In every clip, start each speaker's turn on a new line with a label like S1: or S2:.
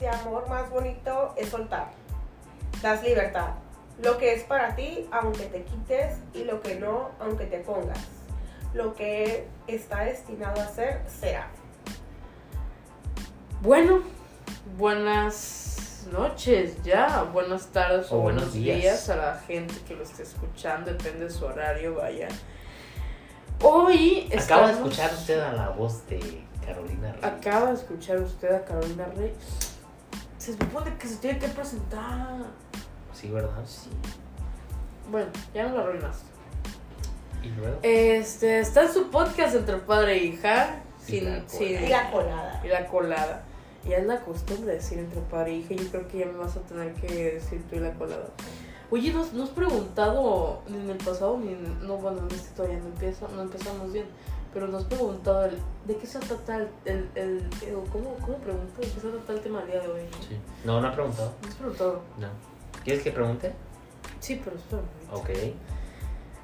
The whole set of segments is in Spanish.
S1: de amor más bonito es soltar. Das libertad. Lo que es para ti, aunque te quites, y lo que no, aunque te pongas. Lo que está destinado a ser, será.
S2: Bueno, buenas noches ya, buenas tardes o,
S3: O
S2: buenos
S3: buenos
S2: días.
S3: días.
S2: a la gente que lo esté escuchando, depende de su horario, vaya. Hoy
S3: Acaba de
S2: estamos-
S3: escuchar usted a la voz de Carolina Reyes.
S2: Acaba de escuchar usted a Carolina Rey. Se supone que se tiene que presentar.
S3: Sí, ¿verdad?
S2: Sí. Bueno, ya no la arruinaste.
S3: Y luego.
S2: Este, está en su podcast entre padre e hija.
S3: Y
S2: Sin,
S3: la
S2: sin-
S1: Y la colada.
S2: y la colada. Ya es la costumbre decir entre padre e hija. Yo creo que ya me vas a tener que decir tú y la colada. Oye, ¿nos, no has preguntado ni en el pasado ni en, No, bueno, en este todavía no, empieza, no empezamos bien. Pero nos has preguntado el- de qué se trata el... el, el- el- ¿cómo, ¿Cómo pregunto? ¿De qué se trata el tema del día de hoy?
S3: Sí. No, no ha preguntado.
S2: ¿No has preguntado?
S3: No. ¿Quieres que pregunte?
S2: Sí, pero espérame.
S3: Ok.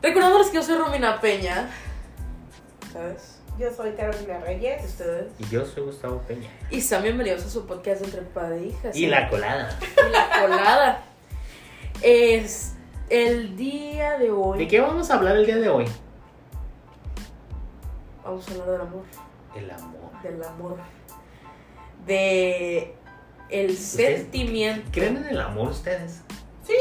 S2: Recordándoles que yo soy Romina Peña. ¿Sabes?
S1: Yo soy Carolina Reyes.
S2: Ustedes.
S3: Y yo soy Gustavo Peña.
S2: Y sean bienvenidos a su podcast entre padre e hija.
S3: Y la colada.
S2: y la colada. Es el día de hoy.
S3: ¿De qué vamos a hablar el día de hoy?
S2: Vamos a hablar del amor.
S3: El amor.
S2: Del amor. De el
S3: ¿Ustedes
S2: sentimiento.
S3: ¿Creen en el amor ustedes?
S1: Sí.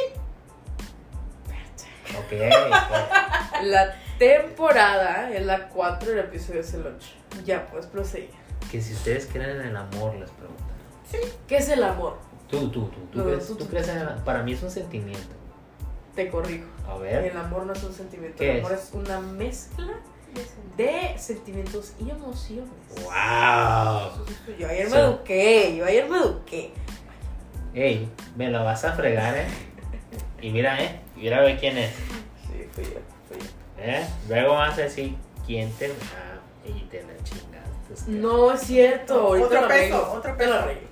S3: Ok. pues,
S2: La temporada es la 4, el episodio es el 8. Ya, pues proseguir.
S3: que si ustedes creen en el amor, les preguntan.
S2: ¿Qué es el amor?
S3: Tú, tú, tú. ¿Tú,
S2: No,
S3: crees,
S2: tú,
S3: tú
S2: tú.
S3: crees en el amor? Para mí es un sentimiento.
S2: Te corrijo.
S3: A ver.
S2: El amor no es un sentimiento.
S3: ¿Qué
S2: El amor
S3: es?
S2: es una mezcla de sentimientos y emociones.
S3: ¡Wow!
S2: Yo ayer
S3: Sí.
S2: me eduqué, yo ayer me eduqué.
S3: Ey, me lo vas a fregar, ¿eh? Y mira, ¿eh? Y Mira a ver quién es.
S2: Sí, fui yo, fui yo.
S3: ¿eh? Luego vas a decir quién te... Ah, y te la chingaste. es que-
S2: No es cierto, ahorita
S1: Otro
S2: lo arreglo,
S1: peso, otro
S2: ahorita lo
S1: peso.
S2: arreglo.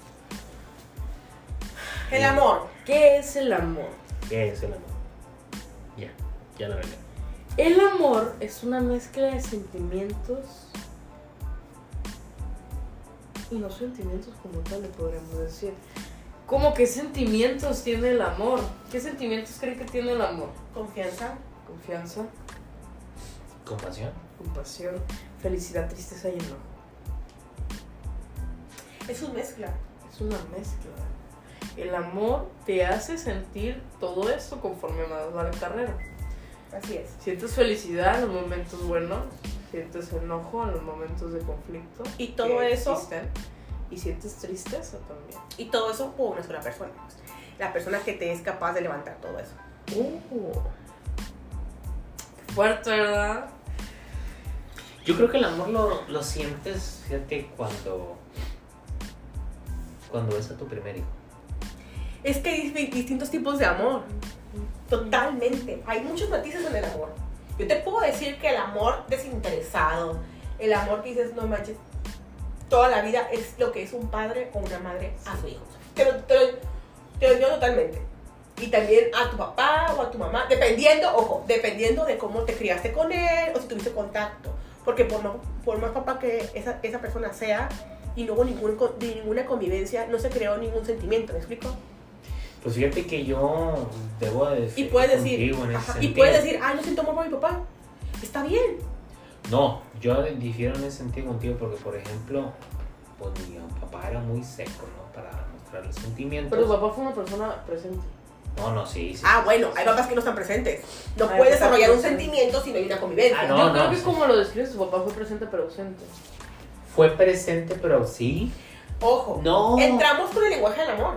S1: El amor.
S2: ¿Qué es el amor?
S3: ¿Qué es el amor? Ya, ya lo veré.
S2: El amor es una mezcla de sentimientos y no sentimientos como tal, le podríamos decir. ¿Cómo qué sentimientos tiene el amor? ¿Qué sentimientos creen que tiene el amor?
S1: Confianza.
S2: Confianza,
S3: ¿Compasión?
S2: compasión, felicidad, tristeza y enojo.
S1: Es una mezcla.
S2: Es una mezcla. El amor te hace sentir todo esto conforme más va la carrera.
S1: Así es.
S2: Sientes felicidad en los momentos buenos, sientes enojo en los momentos de conflicto.
S1: Y todo
S2: que
S1: eso-
S2: existen, y sientes tristeza también.
S1: Y todo eso por una sola persona. La persona que te es capaz de levantar todo eso.
S2: Uh. Fuerte, ¿verdad?
S3: Yo creo que el amor lo, lo sientes, fíjate, cuando... Cuando ves a tu primer hijo.
S1: Es que hay di- distintos tipos de amor. Totalmente. Hay muchos matices en el amor. Yo te puedo decir que el amor desinteresado, el amor que dices, no manches, toda la vida es lo que es un padre o una madre a su hijo. Te lo, te lo- te lo digo totalmente. Y también a tu papá o a tu mamá, dependiendo, ojo, dependiendo de cómo te criaste con él o si tuviste contacto. Porque por más, por más papá que esa, esa persona sea y no hubo ningún, co- ni ninguna convivencia, no se creó ningún sentimiento, ¿me explico?
S3: Pues fíjate que yo debo de
S1: Y
S3: ser
S1: puedes decir,
S3: contigo en ese
S1: ajá, y
S3: sentido.
S1: puedes decir, ay, no siento amor por mi papá. Está bien.
S3: No, yo difiero en ese sentido contigo porque, por ejemplo, pues mi papá era muy seco, ¿no? Para mostrar los sentimientos.
S2: Pero tu papá fue una persona presente.
S3: No, no, sí, sí.
S1: Ah, bueno, hay papás que no están presentes. No
S2: Hay
S1: puedes
S2: papás
S1: desarrollar
S2: que
S1: un
S2: no están.
S1: sentimiento si no hay una convivencia.
S3: Ah, no,
S2: Yo creo que
S3: sí.
S2: como lo describes, tu papá fue presente pero ausente.
S3: Fue presente, pero sí.
S1: Ojo.
S3: No,
S1: Entramos con el lenguaje del amor.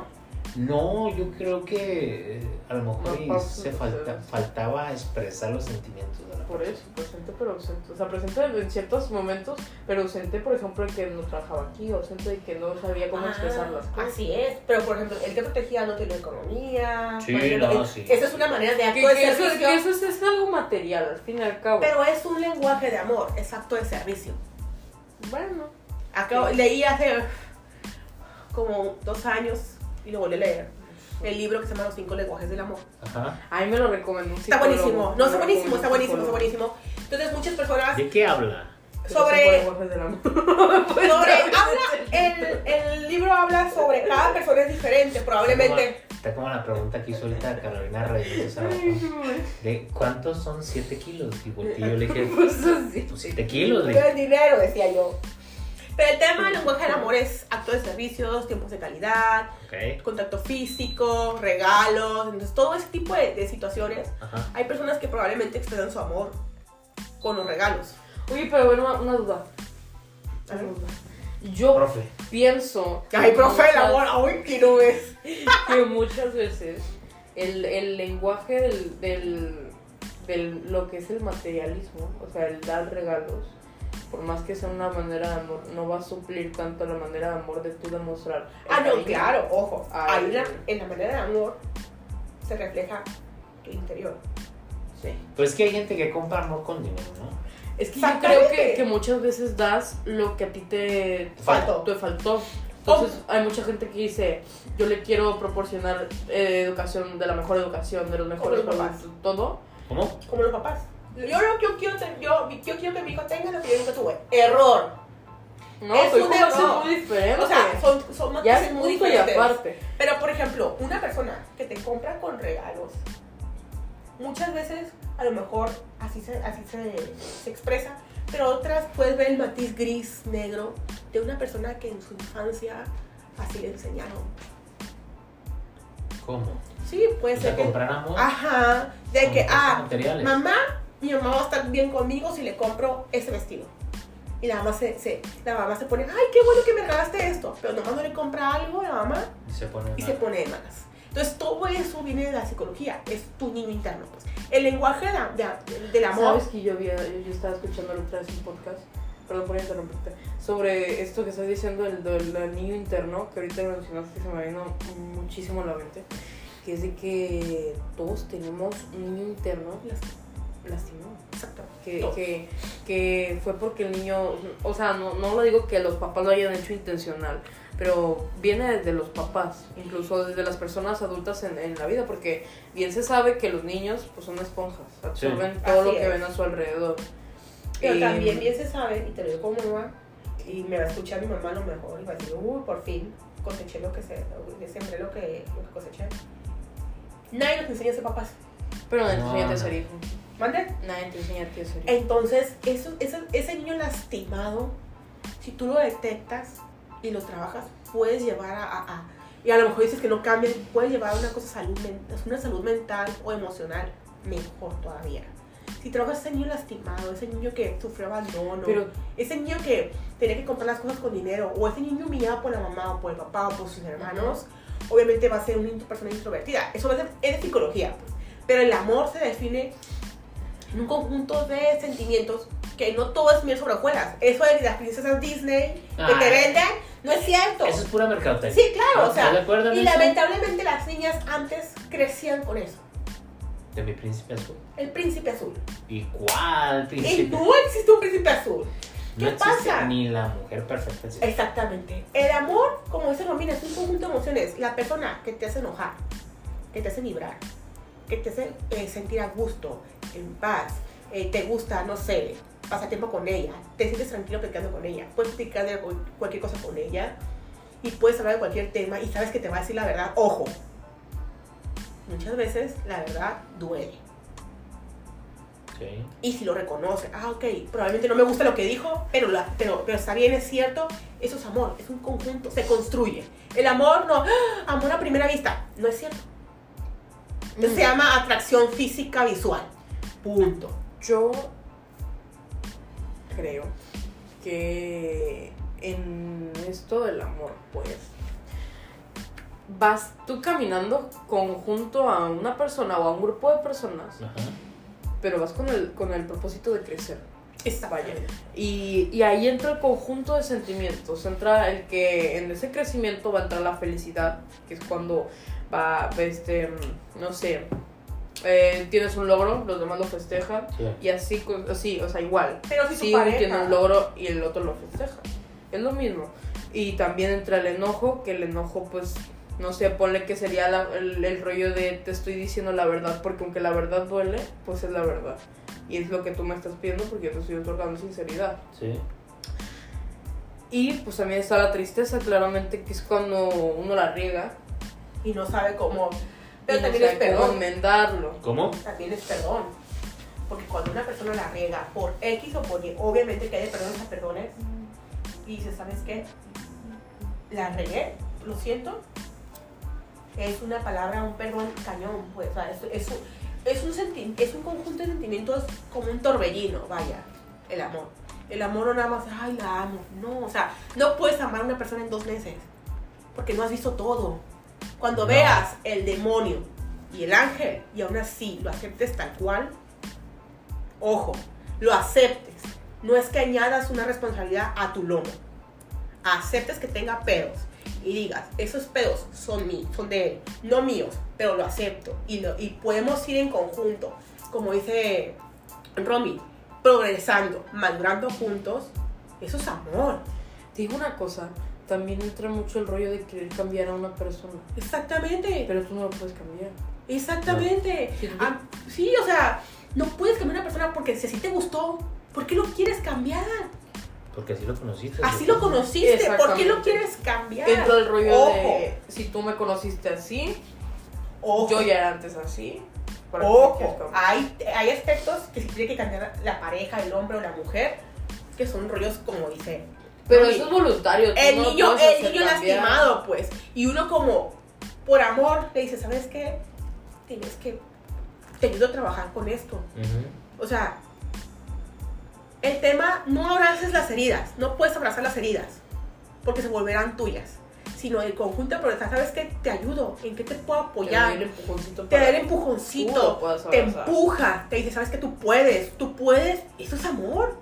S3: no, yo creo que eh, a lo mejor y
S2: Papá,
S3: se
S2: sí,
S3: falta,
S2: sí.
S3: faltaba expresar los sentimientos de la
S2: Por
S3: persona.
S2: eso, presente pero ausente. O sea, presente en ciertos momentos, pero ausente, por ejemplo, de que no trabajaba aquí, ausente de que no sabía cómo expresar las
S1: Ah,
S2: cosas.
S1: Así es. Pero, por ejemplo, el que protegía no tiene economía.
S3: Sí,
S1: Por ejemplo,
S3: no,
S1: es-
S3: sí.
S1: Esa es una manera de
S2: Que,
S1: acto de
S2: que eso, que
S1: servicio.
S2: eso Pues es, es algo material, al fin y al cabo.
S1: Pero es un lenguaje de amor, es acto de servicio.
S2: bueno,
S1: Acabo, leí hace como dos años y lo volví a leer. El libro que se llama Los cinco lenguajes del amor.
S3: Ajá.
S2: a mí me lo recomendó un
S1: Está
S2: psicólogo.
S1: buenísimo. No,
S2: Me lo
S1: está buenísimo, está
S2: recomendó
S1: buenísimo,
S2: un
S1: está
S2: psicólogo.
S1: buenísimo.
S2: Ah.
S1: Entonces muchas personas
S3: ¿De qué habla?
S1: Sobre-
S2: Del amor.
S1: Sobre, habla, el, el libro habla sobre cada persona es diferente, probablemente.
S3: Está como la pregunta que hizo ahorita Carolina Reyes hace rato,
S2: Ay, no.
S3: de cuántos son 7 kilos. Y volteé y yo le dije,
S2: Pues así.
S3: pues 7 kilos. le
S1: Pero
S3: dije.
S1: el dinero, decía yo. Pero el tema del lenguaje del amor es actos de servicios, tiempos de calidad,
S3: Ok.
S1: contacto físico, regalos, entonces todo ese tipo de, de situaciones.
S3: Ajá.
S1: Hay personas que probablemente expresan su amor con los regalos.
S2: Oye, pero bueno, una- una duda. Una duda. Yo
S3: Profe.
S2: pienso.
S1: Ay,
S2: que
S1: profe, el
S2: muchas-
S1: amor, aún que no es.
S2: que muchas veces el, el lenguaje del, del, del- lo que es el materialismo, o sea, el dar regalos, por más que sea una manera de amor, no va a suplir tanto la manera de amor de tú demostrar. el
S1: Ah, no,
S2: cariño.
S1: claro, ojo.
S2: Ay.
S1: Hay una- en la manera de amor se refleja tu interior.
S2: Sí.
S3: Pues es que hay gente que compra amor con dinero, ¿no?
S2: Es que yo
S1: Exactamente.
S2: creo que, que muchas veces das lo que a ti te,
S1: Falto.
S2: te faltó. Entonces hay mucha gente que dice, yo le quiero proporcionar eh, educación, de la mejor educación, de los mejores
S1: los
S2: papás, todo.
S3: ¿Cómo?
S1: Como los papás. Yo lo que yo quiero, te- yo, yo quiero que mi hijo tenga lo que yo nunca tuve. Error.
S2: No,
S1: Es
S2: soy
S1: un
S2: como hacer
S1: error.
S2: muy diferente.
S1: O sea, son, son
S2: ya
S1: matices
S2: es
S1: muy
S2: punto y
S1: diferentes.
S2: aparte.
S1: Pero, por ejemplo, una persona que te compra con regalos, muchas veces a lo mejor así se, así se, se expresa, pero otras puedes ver el matiz gris, negro, de una persona que en su infancia así le enseñaron.
S3: ¿Cómo?
S1: Sí, puede
S3: O sea,
S1: ser que...
S3: comprar amor.
S1: Ajá, de
S3: con
S1: que,
S3: cosas
S1: ah,
S3: materiales.
S1: mamá, mi mamá va a estar bien conmigo si le compro ese vestido. Y la mamá se, se- la mamá se pone, ay, qué bueno que me regalaste esto. Pero nomás no le compra algo a la mamá
S3: Y se pone
S1: y
S3: mal.
S1: se pone de malas. Entonces todo eso viene de la psicología, es tu niño interno. Pues. El lenguaje de la- de- del amor.
S2: Sabes que yo, vi, yo, yo estaba escuchando la otra vez un podcast, perdón por interrumpirte, sobre esto que estás diciendo del, del- del niño interno, que ahorita lo mencionaste y se me vino muchísimo a la mente, que es de que todos tenemos un niño interno lastimado.
S1: Exacto.
S2: Que,
S1: Todos.
S2: que, que fue porque el niño, o sea, no, no lo digo que los papás lo hayan hecho intencional, pero viene desde los papás, incluso desde las personas adultas en, en la vida, porque bien se sabe que los niños pues son esponjas, absorben todo
S1: Así
S2: lo que
S1: es.
S2: ven a su alrededor.
S1: Pero
S2: Y-
S1: también bien se sabe, y te lo digo como mamá, y me va a escuchar mi mamá a lo mejor, y va a decir, uy, por fin coseché lo que se, sembré lo que, lo que coseché. Nadie nos enseña a ser papás.
S2: Pero nadie te
S3: No,
S2: enseña a
S3: no.
S2: ser hijo.
S1: ¿Mande?
S2: Nadie te enseña a ti a ser hijo.
S1: Eh, Entonces, eso, ese, ese niño lastimado, si tú lo detectas y lo trabajas, puedes llevar a, a- a- Y a lo mejor dices que no cambia, puedes llevar a una cosa salud, men- una salud mental o emocional mejor todavía. Si trabajas a ese niño lastimado, ese niño que sufrió abandono,
S2: Pero
S1: ese niño que tenía que comprar las cosas con dinero, o ese niño humillado por la mamá o por el papá o por sus hermanos, obviamente va a ser una int- persona introvertida. Eso va a ser- es psicología. pues. Pero el amor se define en un conjunto de sentimientos que no todo es miel sobre hojuelas. Eso de las princesas Disney que
S3: Ah,
S1: te venden, no es cierto.
S3: Eso es pura mercadotecnia.
S1: Sí, claro, o sea,
S3: ¿No recuerdan
S1: Y
S3: eso?
S1: lamentablemente las niñas antes crecían con eso.
S3: De mi príncipe azul.
S1: El príncipe azul.
S3: ¿Y cuál príncipe?
S1: Y no existe un príncipe azul.
S3: No
S1: ¿Qué
S3: existe
S1: pasa?
S3: Ni la mujer perfecta. existe.
S1: Exactamente. El amor, como dice Romina, es un conjunto de emociones. La persona que te hace enojar, que te hace vibrar, que te hace eh, sentir a gusto, en paz, eh, te gusta, no sé, pasa tiempo con ella, te sientes tranquilo platicando con ella, puedes platicar de cu- cualquier cosa con ella y puedes hablar de cualquier tema y sabes que te va a decir la verdad. Ojo, muchas veces la verdad duele.
S3: Sí.
S1: Y si lo reconoce, ah, ok, probablemente no me gusta lo que dijo, pero, la- pero, pero está bien, es cierto, eso es amor, es un conjunto, se construye. El amor no, ¡ah! amor a primera vista, no es cierto. Eso Se llama atracción física visual. Punto.
S2: yo creo que en esto del amor, pues, vas tú caminando conjunto a una persona o a un grupo de personas,
S3: Ajá.
S2: pero vas con el, con el propósito de crecer.
S1: Está
S2: Vaya. Y, y ahí entra el conjunto de sentimientos. Entra el que en ese crecimiento va a entrar la felicidad, que es cuando va, este, no sé, eh, tienes un logro, los demás lo festejan.
S3: Sí.
S2: Y así, con- así, o sea, igual.
S1: Pero si
S2: Sí,
S1: tu
S2: uno
S1: pareja...
S2: tiene un logro y el otro lo festeja. Es lo mismo. Y también entra el enojo, que el enojo, pues, no sé, ponle que sería la- el, el rollo de te estoy diciendo la verdad, porque aunque la verdad duele, pues es la verdad. Y es lo que tú me estás pidiendo porque yo te estoy otorgando sinceridad.
S3: Sí.
S2: Y pues también está la tristeza, claramente, que es cuando uno la riega.
S1: Y no sabe cómo. Pero
S2: y no
S1: también es
S2: sabe cómo
S1: perdón.
S2: enmendarlo.
S3: ¿Cómo?
S1: También es perdón. Porque cuando una persona la riega por X o por Y, obviamente que hay de perdones a perdones. Y dice, ¿sabes qué? La regué, lo siento. Es una palabra, un perdón cañón, pues. o sea, es, es un- es un senti- es un conjunto de sentimientos como un torbellino, vaya, el amor. El amor no nada más, ay, la amo. No, o sea, no puedes amar a una persona en dos meses. Porque no has visto todo. Cuando
S3: No.
S1: veas el demonio y el ángel y aún así lo aceptes tal cual, ojo, lo aceptes. No es que añadas una responsabilidad a tu lomo. Aceptes que tenga pedos y digas, esos pedos son mí- son de él, no míos, pero lo acepto y, lo- y podemos ir en conjunto, como dice Romy, progresando, madurando juntos, eso es amor.
S2: Te digo una cosa, también entra mucho el rollo de querer cambiar a una persona.
S1: Exactamente,
S2: Pero tú no lo puedes cambiar.
S1: exactamente.
S2: Si tú-
S1: Ah, sí, o sea, no puedes cambiar a una persona porque si así te gustó, ¿por qué lo quieres cambiar?
S3: Porque así lo conociste.
S1: Así
S3: ¿no?
S1: lo conociste, ¿por qué lo
S2: Exactamente.
S1: quieres cambiar?
S2: entra el rollo
S1: Ojo.
S2: de si tú me conociste así,
S1: Ojo.
S2: yo ya era antes así. ¿para qué me quieres
S1: Ojo,
S2: cambiar?
S1: hay, hay aspectos que se tiene que cambiar la pareja, el hombre o la mujer, que son rollos como dice.
S2: Ah, Pero
S1: Mami,
S2: eso es voluntario. tú
S1: El
S2: no lo
S1: niño,
S2: puedes
S1: el
S2: hacer
S1: niño
S2: cambiar.
S1: lastimado, pues. Y uno como, por amor, le dice, ¿sabes qué? Tienes que, te ayudo a trabajar con esto.
S3: Ujú.
S1: O sea, el tema, no abraces las heridas, no puedes abrazar las heridas, porque se volverán tuyas, sino el conjunto de progresar, ¿sabes qué? Te ayudo, ¿en qué te puedo
S2: Te da
S1: apoyar?
S2: el empujoncito
S1: Te da
S2: para
S1: el
S2: que tú
S1: empujoncito,
S2: lo puedas
S1: te
S2: abrazar.
S1: empuja, te dice, sabes que tú puedes, tú puedes, eso es amor.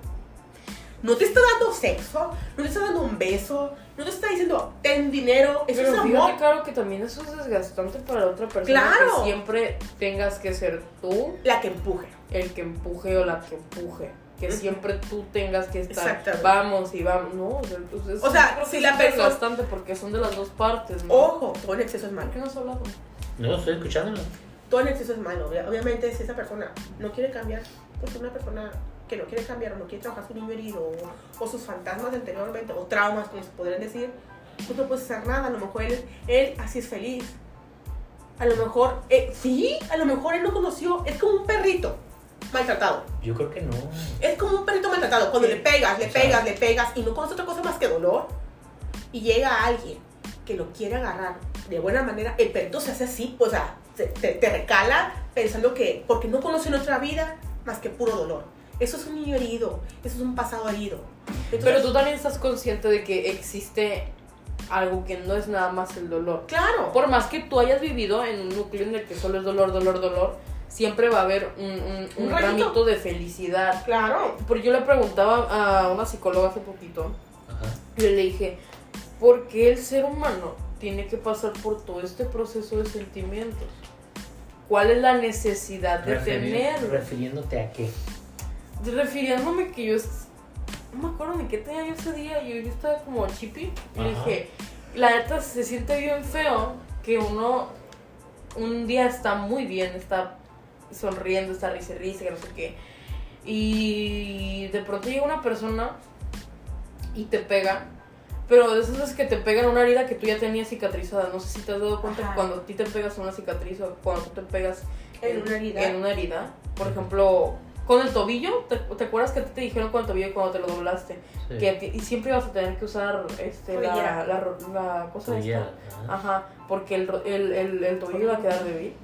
S1: No te está dando sexo, no te está dando un beso, no te está diciendo ten dinero, eso
S2: Pero
S1: es
S2: fíjate,
S1: amor.
S2: claro que también eso es desgastante para la otra persona.
S1: Claro.
S2: Que siempre tengas que ser tú
S1: La que empuje.
S2: el que empuje o la que empuje. Que
S1: Ujú.
S2: siempre tú tengas que estar.
S1: Exactamente.
S2: Vamos y vamos. No, o sea, pues es-
S1: O sea,
S2: yo creo
S1: si
S2: que
S1: la
S2: es
S1: persona-
S2: desgastante porque son de las dos partes. ¿no?
S1: Ojo, todo en exceso es malo.
S2: ¿Por qué no has hablado?
S3: No, estoy escuchándolo.
S1: Todo en exceso es malo. Obvia- Obviamente, si esa persona no quiere cambiar, pues una persona que no quiere cambiar o no quiere trabajar su niño herido o, o sus fantasmas de anteriormente o traumas, como se podrían decir, pues no puedes hacer nada. A lo mejor él, él así es feliz. A lo mejor, eh, sí, a lo mejor él no conoció. Es como un perrito maltratado.
S3: Yo creo que no.
S1: Es como un perrito maltratado. Cuando
S2: Sí.
S1: le pegas, le
S3: O sea-
S1: pegas, le pegas y no conoce otra cosa más que dolor y llega alguien que lo quiere agarrar de buena manera, el perrito se hace así, pues, o sea, se- te, te recala pensando que porque no conoce en otra vida más que puro dolor. Eso es un niño herido, eso es un pasado herido. Entonces,
S2: Pero tú también estás consciente de que existe algo que no es nada más el dolor.
S1: claro,
S2: Por más que tú hayas vivido en un núcleo en el que solo es dolor, dolor, dolor, siempre va a haber un, un-
S1: Un
S2: un
S1: rayito.
S2: ramito de felicidad.
S1: claro.
S2: Porque yo le preguntaba a una psicóloga hace poquito,
S3: Ajá.
S2: y le dije, ¿por qué el ser humano tiene que pasar por todo este proceso de sentimientos? ¿Cuál es la necesidad de
S3: Referi-
S2: tenerlo?
S3: Refiriéndote a qué.
S2: Refiriéndome que yo, es- no me acuerdo ni qué tenía yo ese día, yo, yo estaba como chippy, y le
S3: Ajá.
S2: dije, la neta se siente bien feo que uno un día está muy bien, está sonriendo, está risa y risa, que no sé qué. Y de pronto llega una persona y te pega. Pero de esas veces que te pegan una herida que tú ya tenías cicatrizada. No sé si te has dado cuenta
S1: Ajá.
S2: que cuando a ti te pegas una cicatriz o cuando tú te pegas
S1: En una herida.
S2: en una herida. Por ejemplo, con el tobillo. ¿Te, te acuerdas que a ti te dijeron con el tobillo cuando te lo doblaste?
S3: Sí.
S2: Que a ti- y siempre vas a tener que usar este, la,
S1: Rodillera.
S2: la ro- la cosa
S3: Rodillera,
S2: esta.
S1: Ah,
S3: ajá.
S2: Ajá, porque el, ro- el, el, el tobillo va a quedar débil.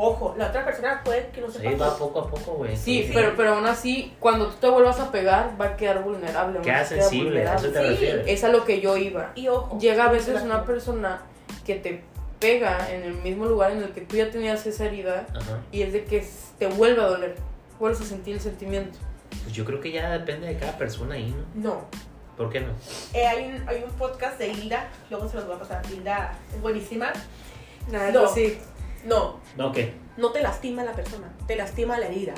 S1: Ojo, la otra persona puede que no sepa.
S3: Sí, va poco a poco, güey.
S2: Sí, pero, pero aún así, cuando tú te vuelvas a pegar, va a quedar vulnerable.
S3: Queda
S2: aún así queda
S3: sensible, a eso te
S1: Sí,
S3: refieres.
S2: Es a lo que yo iba.
S1: Y ojo.
S2: Llega a veces una persona que te pega en el mismo lugar en el que tú ya tenías esa herida
S3: Ajá.
S2: y es de que s- te vuelve a doler. Vuelves a sentir el sentimiento.
S3: Pues yo creo que ya depende de cada persona ahí, ¿no?
S1: No,
S3: ¿Por qué no?
S1: Eh, hay, un, hay un podcast de Hilda, luego se los voy a pasar. Hilda es buenísima.
S2: Nada,
S1: No.
S2: sí.
S1: No,
S3: No, ¿qué?
S1: no te lastima la persona, te lastima la herida.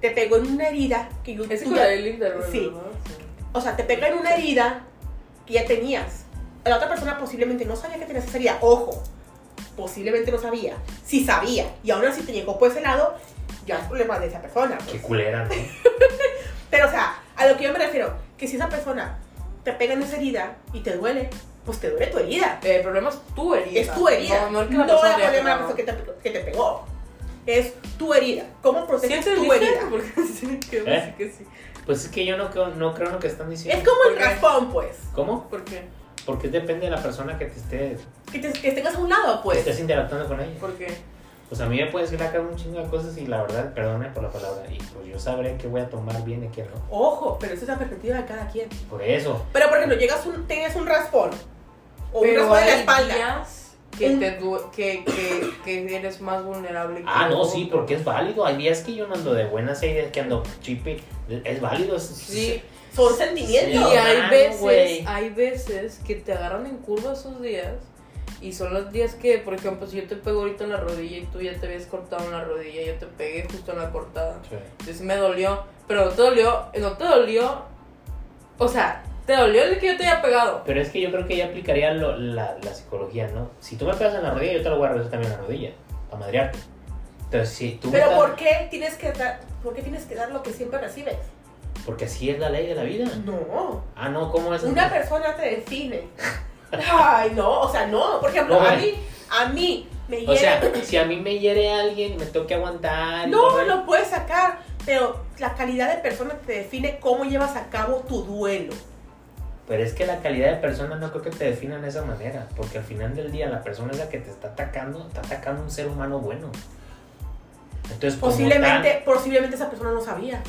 S1: Te pegó en una herida que yo
S2: Es
S1: tú
S2: con
S1: ya-
S2: la de Linda, ¿verdad?
S1: Sí. O sea, te pega en una herida que ya tenías. La otra persona posiblemente no sabía que tenías esa herida. Ojo, posiblemente no sabía. Si sabía y aún así te llegó por ese lado, ya es problema de esa persona.
S3: Qué
S1: pues.
S3: culera, ¿no?
S1: Pero, o sea, a lo que yo me refiero, que si esa persona te pega en esa herida y te duele, pues te duele tu herida.
S2: El problema es tu herida.
S1: Es tu herida.
S2: No,
S1: No,
S2: no
S1: el
S2: es que la persona te
S1: problema
S2: haya
S1: de la
S2: pegado.
S1: persona que te, que te pegó. Es tu herida. ¿Cómo
S2: ¿Sí
S1: procesas tu
S2: entendiste?
S1: herida?
S2: Porque sí, que
S3: ¿Eh?
S2: sí, que sí.
S3: Pues es que yo no creo, no creo lo que están
S1: Es
S3: diciendo.
S1: como el
S2: Porque-
S1: raspón, pues.
S3: ¿Cómo?
S2: ¿Por qué?
S3: Porque depende de la persona que te esté,
S1: Que, te, que tengas a un lado, pues.
S3: estés interactuando con ella.
S2: ¿Por qué?
S3: Pues a mí me puedes sacar un chingo de cosas y la verdad, perdone por la palabra. Y pues yo sabré qué voy a tomar bien y qué no.
S1: Ojo, pero esa es la perspectiva de cada quien.
S3: Por eso.
S1: Pero, por ejemplo, llegas un, tienes un raspón. O
S2: Pero
S1: un raspón en la
S2: hay
S1: espalda.
S2: días que,
S1: Un-
S2: te due- que, que, que eres más vulnerable. que
S3: Ah, no,
S2: otro.
S3: sí, porque es válido. Hay días que yo no ando de buenas, hay días que ando chipe. Es válido. es-
S2: Sí,
S1: Son
S2: y
S1: sentimientos.
S3: Sí.
S2: hay
S3: Claro,
S2: veces,
S3: Ah, güey.
S2: hay veces que te agarran en curva esos días y son los días que, por ejemplo, si yo te pego ahorita en la rodilla y tú ya te habías cortado en la rodilla, yo te pegué justo en la cortada.
S3: sí.
S2: Entonces me dolió, pero no te dolió, eh, no te dolió, o sea, te dolió el que yo te haya pegado.
S3: Pero es que yo creo que ya aplicaría lo- la, la psicología, ¿no? Si tú me pegas en la rodilla, yo te lo voy a regresar también en la rodilla. Para madrearte. Entonces, si tú me
S1: Pero
S3: das-
S1: ¿por qué tienes que dar, por qué tienes que dar lo que siempre recibes?
S3: Porque así es la ley de la vida.
S1: No.
S3: Ah, no, ¿cómo es?
S1: Una persona te define. Ay, no, o sea, no. Por ejemplo,
S3: No,
S1: a
S3: güey.
S1: mí, a mí me
S3: O
S1: hiere.
S3: sea, si a mí me hiere alguien, me tengo que aguantar. y
S1: no,
S3: todo.
S1: lo puedes sacar. Pero la calidad de persona te define cómo llevas a cabo tu duelo.
S3: Pero es que la calidad de persona no creo que te definan de esa manera. Porque al final del día, la persona es la que te está atacando, está atacando un ser humano bueno. Entonces, como
S1: Posiblemente, posiblemente esa persona no sabía.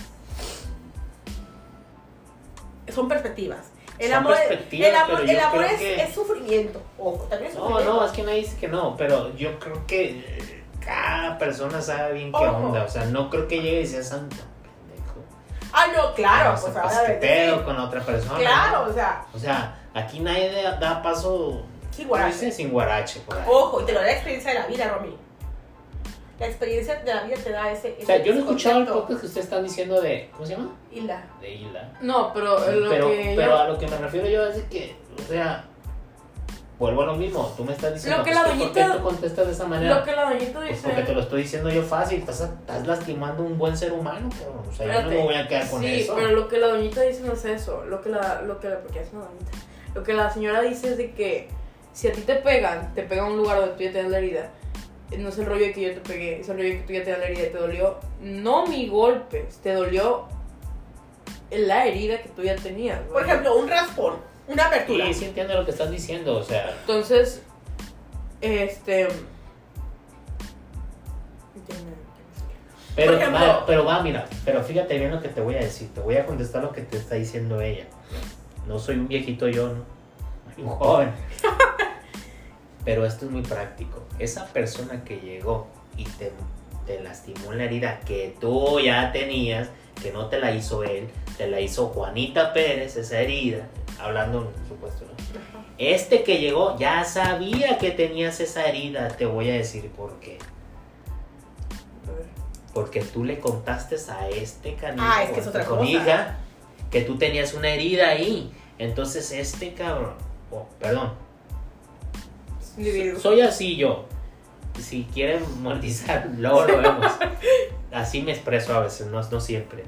S1: Son perspectivas. El
S3: Son
S1: amor,
S3: perspectivas,
S1: el amor,
S3: pero yo
S1: el amor
S3: creo
S1: es,
S3: que-
S1: es sufrimiento. Ojo, también es
S3: tal- No,
S1: sufrimiento.
S3: no, es que nadie dice que no. Pero yo creo que eh, cada persona sabe bien qué
S1: Ojo.
S3: onda. O sea, no creo que llegue y sea santo. Pendejo.
S1: Ah, no, claro.
S3: Vamos
S1: Pues,
S3: a
S1: a ver,
S3: pasqueteo
S1: sí.
S3: con otra persona.
S1: Claro, o sea,
S3: O sea, aquí nadie da, da paso
S1: sí,
S3: ¿cómo
S1: guarache.
S3: dice? sin guarache. por ahí.
S2: Oh,
S1: Ojo, y te lo da la experiencia de la vida, Romy. La experiencia de la vida te da ese.
S3: O sea, yo no he escuchado el podcast que ustedes están diciendo de. ¿Cómo se llama?
S1: Y la.
S3: De Hilda.
S2: No, pero eh, lo
S3: pero,
S2: que
S3: pero
S2: ella-
S3: a lo que me refiero yo es de que, o sea, vuelvo a lo mismo. Tú me estás diciendo
S2: Lo que
S3: pues,
S2: la
S3: que ¿por qué
S2: doñita-
S3: tú contestas de esa
S2: lo
S3: manera?
S2: que la doñita
S3: ah, Pues
S2: dice...
S3: porque te lo estoy diciendo yo fácil. Estás, estás lastimando a un buen ser humano, cabrón. O sea, yo no
S2: Espérate.
S3: me voy a quedar con
S2: sí,
S3: eso.
S2: pero lo que la doñita dice no es eso. Lo que la, lo que la, porque es una doñita. Lo que la señora dice es de que si a ti te pegan, te pega un lugar donde tú ya tienes la herida. eh, No es el rollo de que yo te pegué, es el rollo de que tú ya tienes la herida y te dolió. No mi golpe, te dolió la herida que tú ya tenías.
S1: Por
S2: ¿vale?
S1: ejemplo, un raspón, una apertura.
S3: Sí, sí entiendo lo que estás diciendo. O sea,
S2: Entonces, este. ya me-
S3: pero,
S1: Por ejemplo-
S3: va, pero va, mira. Pero fíjate bien lo que te voy a decir. Te voy a contestar lo que te está diciendo ella. No soy un viejito yo, no. Soy un joven. Pero esto es muy práctico. Esa persona que llegó y te, te lastimó en la herida que tú ya tenías, que no te la hizo él, te la hizo Juanita Pérez, esa herida, hablando, por supuesto, ¿no? Este que llegó ya sabía que tenías esa herida, te voy a decir por qué.
S2: a ver.
S3: Porque tú le contaste a este canijo,
S1: Ah, es que es
S3: a
S1: otra
S3: tu
S1: cosa.
S3: conija, que tú tenías una herida ahí. Entonces este cabrón, oh, perdón,
S2: Individuo.
S3: soy así yo. Si quieren monetizar, luego lo vemos. Así me expreso a veces, no, no siempre.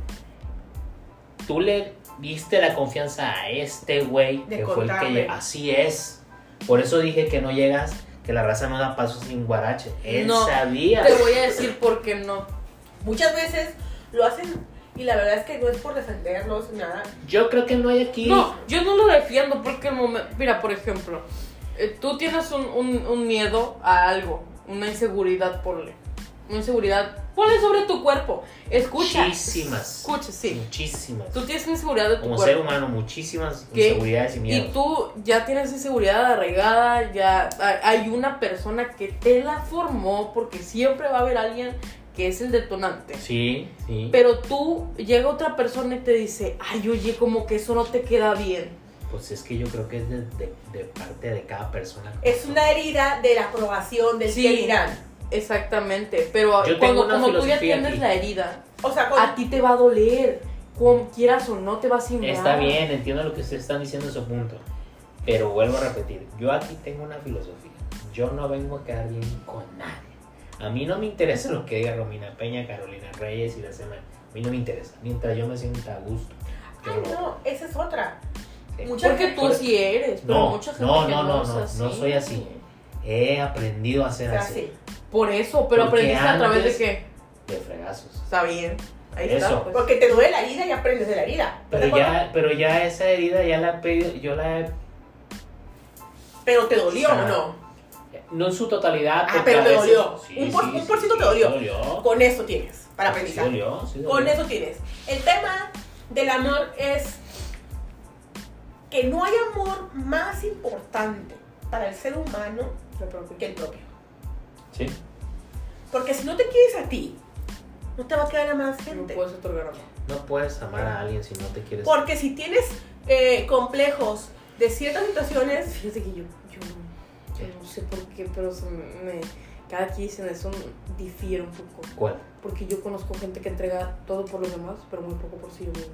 S3: Tú le diste la confianza a este güey
S1: De
S3: que fue el que
S1: contarme.
S3: llegó. Así es. Por eso dije que no llegas, que la raza no da paso sin guarache. Él
S2: No,
S3: sabía.
S2: Te voy a decir por qué no.
S1: Muchas veces lo hacen y la verdad es que no es por defenderlos, nada.
S3: Yo creo que no hay aquí.
S2: No, yo no lo defiendo porque el momento. Mira, por ejemplo, eh, tú tienes un, un- un miedo a algo, una inseguridad, ponle. Una inseguridad, ponle sobre tu cuerpo. Escucha.
S3: Muchísimas.
S2: Escucha, sí.
S3: Muchísimas.
S2: Tú tienes una inseguridad de tu
S3: Como ser
S2: cuerpo.
S3: humano, muchísimas
S2: ¿Qué?
S3: inseguridades y
S2: Y
S3: miedos.
S2: tú ya tienes inseguridad arraigada, ya hay- hay una persona que te la formó porque siempre va a haber alguien que es el detonante.
S3: Sí, sí.
S2: Pero tú llega otra persona y te dice, ay, oye, como que eso no te queda bien.
S3: Pues es que yo creo que es de, de- de parte de cada persona.
S1: Es una herida de la aprobación del
S2: Sí.
S1: que dirán.
S2: Exactamente, pero
S3: Yo tengo
S2: cuando
S3: una
S2: como tú ya
S3: filosofía
S2: tienes
S3: aquí.
S2: la herida,
S1: O sea, con-
S3: Ah,
S2: a ti te va a doler, como quieras o no te va a sembrar.
S3: Está bien, entiendo lo que ustedes están diciendo en su punto. Pero vuelvo a repetir, yo aquí tengo una filosofía. Yo no vengo a quedar bien con nadie. A mí no me interesa lo que diga Romina Peña, Carolina Reyes y la semana. A mí no me interesa. Mientras yo me sienta a gusto. yo
S1: Ay,
S3: lo-
S1: no, esa es otra.
S3: eh,
S1: Mucha
S2: Porque
S1: gente
S2: tú sí eres, pero
S3: No,
S2: mucha gente
S3: no,
S2: que
S3: no, no,
S2: es
S3: no, no soy así. He aprendido a ser
S1: o sea,
S3: así.
S1: sí.
S2: Por eso, pero
S3: Porque
S2: aprendiste a través de
S3: antes-
S2: qué.
S3: De fregazos.
S2: Está bien. Ahí
S3: Eso.
S2: está. pues.
S1: Porque te duele la herida y aprendes de la herida. ¿No te
S3: Pero
S1: acuerdas?
S3: ya, pero ya esa herida ya la he pedido- yo la he,
S1: Pero te dolió o
S3: Ah.
S1: no.
S3: no en su totalidad.
S1: Ah,
S3: porque
S1: pero
S3: a
S1: te
S3: veces-
S1: dolió. Un por- un porcito te dolió.
S3: Sí, dolió.
S1: Con eso tienes para
S3: Sí
S1: aprendizaje.
S3: dolió, sí dolió.
S1: Con eso tienes. El tema del amor es que no hay amor más importante para el ser humano
S2: La propia.
S1: que el propio.
S3: Sí.
S1: Porque si no te quieres a ti, no te va a quedar a más
S2: No
S1: gente.
S2: puedes otorgar amor.
S3: No puedes amar a alguien si no te quieres.
S1: Porque si tienes eh, complejos de ciertas situaciones,
S2: Fíjate que yo, yo, yo no sé por qué, pero se me, me- cada quien dice en eso difiere un poco.
S3: ¿Cuál?
S2: Porque yo conozco gente que entrega todo por los demás, pero muy poco por sí mismo.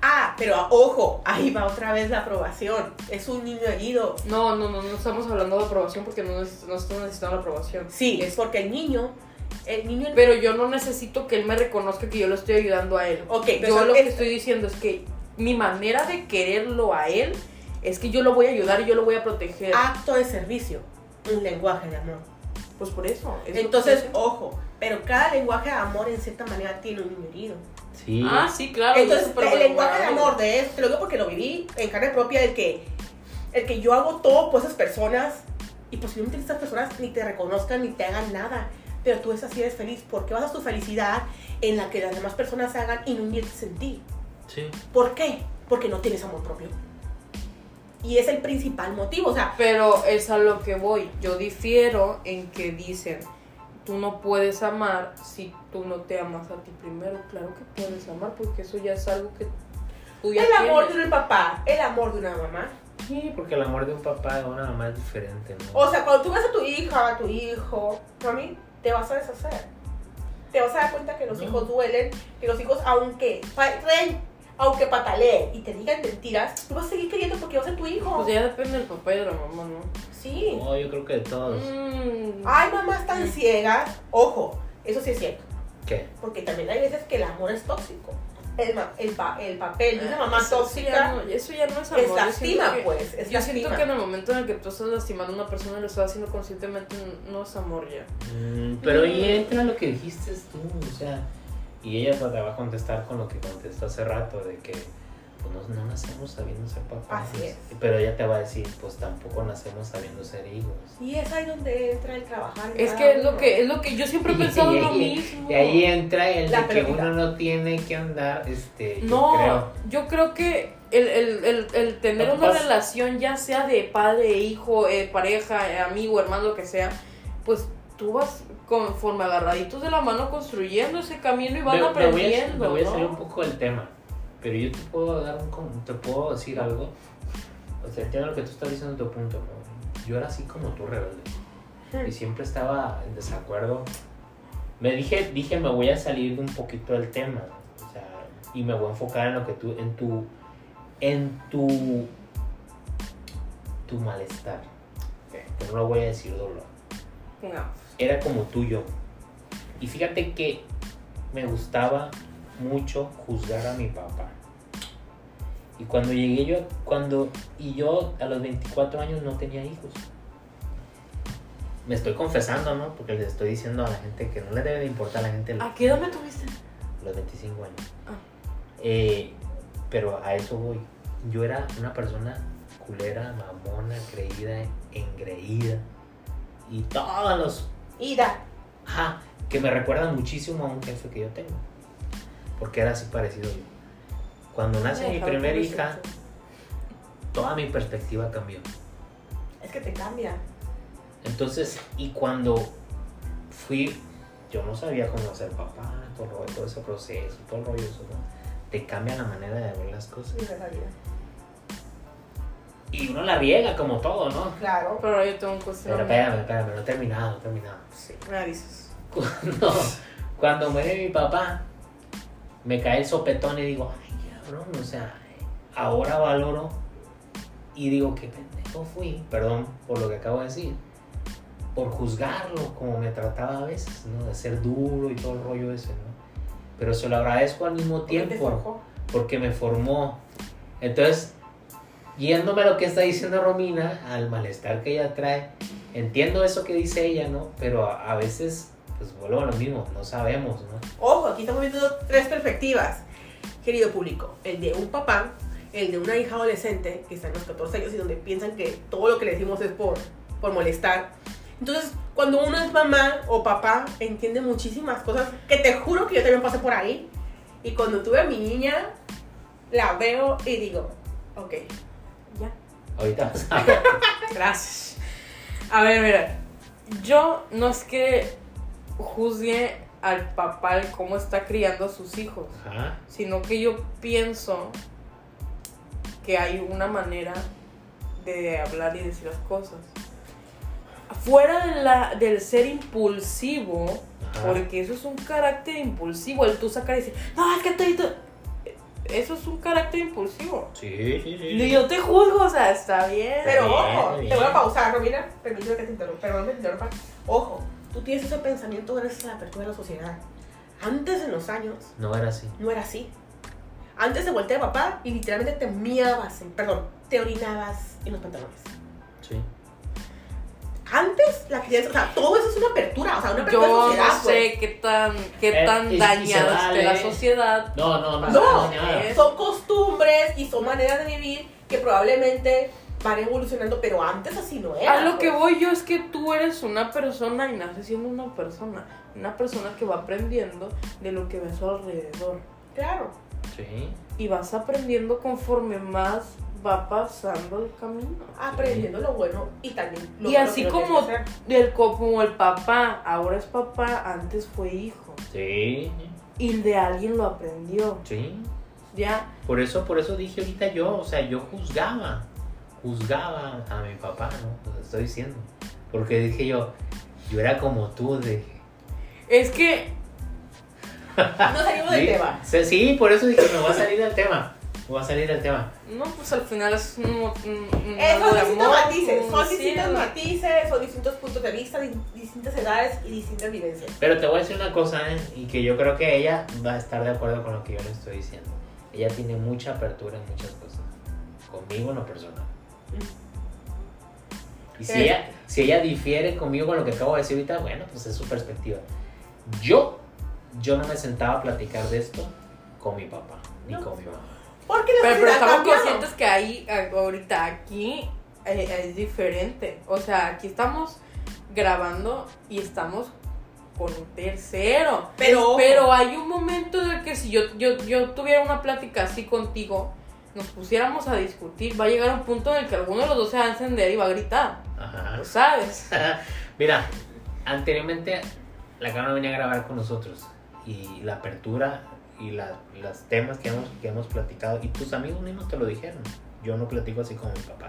S1: ah, pero ojo, ahí va otra vez la aprobación. Es un niño herido.
S2: No, no, no, no estamos hablando de aprobación porque no, neces- no estamos necesitando la aprobación.
S1: Sí, es porque el niño, el niño...
S2: Pero yo no necesito que él me reconozca que yo lo estoy ayudando a él.
S1: ok, pero
S2: Yo lo que
S1: es-
S2: estoy diciendo es que mi manera de quererlo a él es que yo lo voy a ayudar y yo lo voy a proteger.
S1: acto de servicio, un lenguaje de amor.
S2: Pues por eso. es lo que
S1: Entonces,
S2: estoy haciendo.
S1: ojo, pero cada lenguaje de amor en cierta manera tiene un niño herido.
S3: Sí.
S2: Ah, sí, claro.
S1: Entonces,
S2: eso, pero
S1: el
S2: bueno,
S1: lenguaje de
S2: vale.
S1: amor de eso, te lo digo porque lo viví en carne propia, el que, el que yo hago todo por esas personas y posiblemente estas personas ni te reconozcan ni te hagan nada, pero tú es así, eres feliz. ¿Por qué basas tu felicidad en la que las demás personas hagan y no inviertes en ti?
S3: sí.
S1: ¿Por qué? Porque no tienes amor propio. Y es el principal motivo, o sea,
S2: Pero es a lo que voy. Yo difiero en que dicen, tú no puedes amar si tú no te amas a ti primero. Claro que puedes amar porque eso ya es algo que tú ya
S1: el amor de
S2: tienes.
S1: un papá, el amor de una mamá.
S3: Sí, porque el amor de un papá de una mamá es diferente, ¿no?
S1: O sea, cuando tú ves a tu hija, a tu hijo, mami, te vas a deshacer. Te vas a dar cuenta que los
S3: No.
S1: hijos duelen, que los hijos, aunque pa- traen- aunque pataleen y te digan mentiras, tú vas a seguir queriendo porque vas a ser tu hijo.
S2: Pues ya depende del papá y de la mamá, ¿no?
S1: Sí.
S3: No, yo creo que de todos.
S2: Mm.
S1: Hay mamás tan ciegas, ojo, eso sí es cierto,
S3: ¿Qué?
S1: porque también hay veces que el amor es tóxico. El, ma- el, pa- el papel de una mamá
S2: Ah, Eso ya
S1: tóxica
S2: no- eso ya no es amor.
S1: es
S2: yo
S1: lastima,
S2: siento que-
S1: pues. Es
S2: Yo siento
S1: lastima.
S2: que en el momento en el que tú estás lastimando a una persona y lo estás haciendo conscientemente, no es amor ya.
S3: Mm, pero ahí entra lo que dijiste tú, o sea, y ella te va a contestar con lo que contestó hace rato, de que pues, no, no nacemos sabiendo ser papás.
S1: Así es.
S3: Pero ella te va a decir, pues tampoco nacemos sabiendo ser hijos.
S1: Y es ahí donde entra el trabajar. en
S2: Es
S1: cada
S2: que es lo
S1: uno.
S2: que, es lo que yo siempre he
S3: Y-
S2: pensado
S3: y-
S2: lo
S3: y-
S2: mismo.
S3: Y ahí entra el
S1: La
S3: de que
S1: pérdida.
S3: uno no tiene que andar, este, yo
S2: No,
S3: creo.
S2: yo creo que el, el- el- el tener
S3: Lo que
S2: una
S3: pasa-
S2: relación, ya sea de padre, hijo, eh, pareja, eh, amigo, hermano, lo que sea, pues tú vas conforme agarraditos de la mano construyendo ese camino y van
S3: Me- me voy a-
S2: aprendiendo.
S3: Me voy a, salir
S2: ¿no?
S3: un poco del tema, pero yo te puedo dar un, con- te puedo decir algo. O sea, entiendo lo que tú estás diciendo en tu punto. ¿no? Yo era así como tú, rebelde.
S2: Hmm.
S3: Y siempre estaba en desacuerdo. Me dije, dije, me voy a salir un poquito del tema. ¿no? O sea, y me voy a enfocar en lo que tú, en tu, en tu, tu malestar. Que no lo voy a decir dolor
S2: No.
S3: era como tuyo. Y fíjate que me gustaba mucho juzgar a mi papá. Y cuando llegué yo, cuando, y yo a los 24 años no tenía hijos. Me estoy confesando, ¿no? Porque les estoy diciendo a la gente que no le debe de importar a la gente
S2: ¿A qué edad me tuviste?
S3: los 25 años.
S2: Ah.
S3: Eh, pero a eso voy. Yo era una persona culera, mamona, creída, engreída. Y todos los
S1: Ida.
S3: Ajá, que me recuerda muchísimo a un jefe que yo tengo. Porque era así parecido yo. Cuando nace mi
S2: Déjame
S3: primera
S2: que me
S3: hija,
S2: siente.
S3: toda mi perspectiva cambió.
S1: Es que te cambia.
S3: Entonces, y cuando fui, yo no sabía cómo ser papá, todo, el rollo, todo ese proceso, todo el rollo, eso, ¿no? te cambia la manera de ver las cosas.
S1: Sí, la vida.
S3: Y uno la riega como todo, ¿no?
S1: Claro.
S2: Pero yo tengo un
S3: Pero
S2: cuestionamiento.
S3: espérame, espérame, no he terminado, no he terminado.
S1: Sí.
S2: Me dices.
S3: cuando, cuando muere mi papá, me cae el sopetón y digo, ay, cabrón, o sea, ahora valoro y digo, qué pendejo fui, perdón por lo que acabo de decir. por juzgarlo como me trataba a veces, ¿no? De ser duro y todo el rollo ese, ¿no? Pero se lo agradezco al mismo
S1: Porque te
S3: tiempo
S1: forjó.
S3: porque me formó. Entonces, yéndome a lo que está diciendo Romina, al malestar que ella trae, entiendo eso que dice ella, ¿no? Pero a, a veces, pues vuelvo a lo mismo, no sabemos, ¿no?
S1: Ojo, aquí estamos viendo tres perspectivas, querido público. El de un papá, el de una hija adolescente que está en los 14 años y donde piensan que todo lo que le decimos es por, por molestar. Entonces, cuando uno es mamá o papá, entiende muchísimas cosas que te juro que yo también pasé por ahí. Y cuando tuve a mi niña, la veo y digo, ok, ya.
S3: Ahorita vamos a ver.
S2: Gracias. A ver, mira. Yo no es que juzgue al papá el cómo está criando a sus hijos,
S3: Ajá.
S2: sino que yo pienso que hay una manera de hablar y decir las cosas. Fuera de la, del ser impulsivo,
S3: Ajá.
S2: porque eso es un carácter impulsivo, el tú sacar y decir, no, es que te... te-". Eso es un carácter impulsivo.
S3: Sí, sí,
S2: Y yo te juzgo, o sea, está bien.
S1: Pero
S3: Bien,
S1: ojo,
S3: bien.
S1: te voy a pausar, Romina. Permíteme que te interrumpa. Perdón que te interrumpa. Ojo, tú tienes ese pensamiento gracias a la apertura de la sociedad. Antes en los años
S3: No era así.
S1: no era así. Antes de voltear a papá y literalmente te miabas, en- perdón, te orinabas en los pantalones.
S3: Sí.
S1: Antes la crianza, o sea, todo eso es una apertura, o sea, una apertura
S2: Yo
S1: de sociedad.
S2: no sé qué tan, qué
S3: Eh,
S2: tan
S3: y- y se
S2: dañada esté la
S3: vale.
S2: sociedad.
S3: No, no, no.
S1: pues.
S3: no,
S1: No,
S3: nada.
S2: es-
S1: son costumbres y son maneras de vivir que probablemente van evolucionando, pero antes así no era.
S2: A lo que
S1: pues.
S2: voy yo es que tú eres una persona y naces siendo una persona. Una persona que va aprendiendo de lo que ve a su alrededor.
S1: Claro.
S3: Sí.
S2: Y vas aprendiendo conforme más va pasando el camino.
S1: Aprendiendo lo bueno y también lo
S2: Y
S1: malo
S2: así
S1: que no tienes
S2: como-
S1: que hacer.
S2: Del, co- como el papá, ahora es papá, antes fue hijo.
S3: Sí.
S2: Y de alguien lo aprendió.
S3: Sí.
S2: Ya,
S3: Por eso, por eso dije ahorita yo, o sea, yo juzgaba, juzgaba a mi papá, ¿no? Lo estoy diciendo. Porque dije yo, yo era como tú, dije.
S2: es que
S1: No salimos del
S3: Sí,
S1: tema.
S3: se- Sí, por eso dije, me voy a salir del tema. Me voy a salir del tema.
S2: No, pues al final es un, un, un
S1: Eh,
S2: algo
S1: son
S2: de
S1: distintos
S2: amor,
S1: matices, son
S2: un-
S1: distintos
S2: sí,
S1: matices, son distintos puntos de vista, di- distintas edades y distintas vivencias.
S3: Pero te voy a decir una cosa, ¿eh? Y que yo creo que ella va a estar de acuerdo con lo que yo le estoy diciendo. Ella tiene mucha apertura en muchas cosas. Conmigo en lo personal. Y si
S2: Eh.
S3: ella, si ella difiere conmigo con lo que acabo de decir ahorita, bueno, pues es su perspectiva. Yo, yo no me sentaba a platicar de esto con mi papá, ni
S1: No.
S3: con mi mamá.
S1: Porque la
S2: Pero, pero
S1: sociedad ha
S2: estamos
S1: cambiado.
S2: conscientes que ahí, a- ahorita, aquí eh, es diferente. O sea, aquí estamos grabando y estamos con un tercero.
S1: Pero ojo.
S2: Pero hay un momento en el que si yo, yo, yo tuviera una plática así contigo, nos pusiéramos a discutir, va a llegar un punto en el que alguno de los dos se va a encender y va a gritar.
S3: Ajá.
S2: Lo sabes.
S3: Mira, anteriormente la cámara venía a grabar con nosotros y la apertura y la- los temas que hemos, que hemos platicado y tus amigos mismos te lo dijeron. Yo no platico así como mi papá.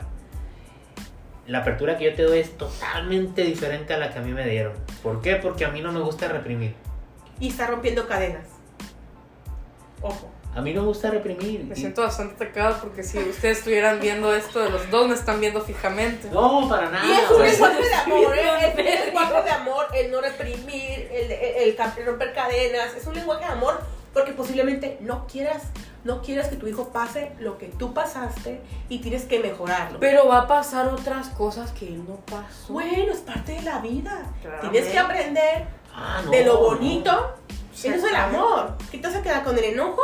S3: La apertura que yo te doy es totalmente diferente a la que a mí me dieron. ¿Por qué? Porque a mí no me gusta reprimir.
S1: Y está rompiendo cadenas. Ojo.
S3: A mí no me gusta reprimir.
S2: Me
S3: Y-
S2: siento bastante atacada porque si ustedes estuvieran viendo esto, los dos me están viendo fijamente.
S3: No, para nada.
S1: Y es un
S3: güey.
S1: lenguaje de amor,
S2: Ah, pues,
S1: ¿eh? es un
S2: sí, sí.
S1: lenguaje de amor, el no reprimir, el, el- el ca- el romper cadenas, es un lenguaje de amor porque posiblemente no quieras, no quieras que tu hijo pase lo que tú pasaste y tienes que mejorarlo.
S2: Pero va a pasar otras cosas que él no pasó.
S1: bueno, es parte de la vida.
S2: Claramente.
S1: Tienes que aprender
S3: Ah, no,
S1: de lo
S3: no.
S1: bonito. Eso es el amor. ¿Qué te vas a quedar con el enojo?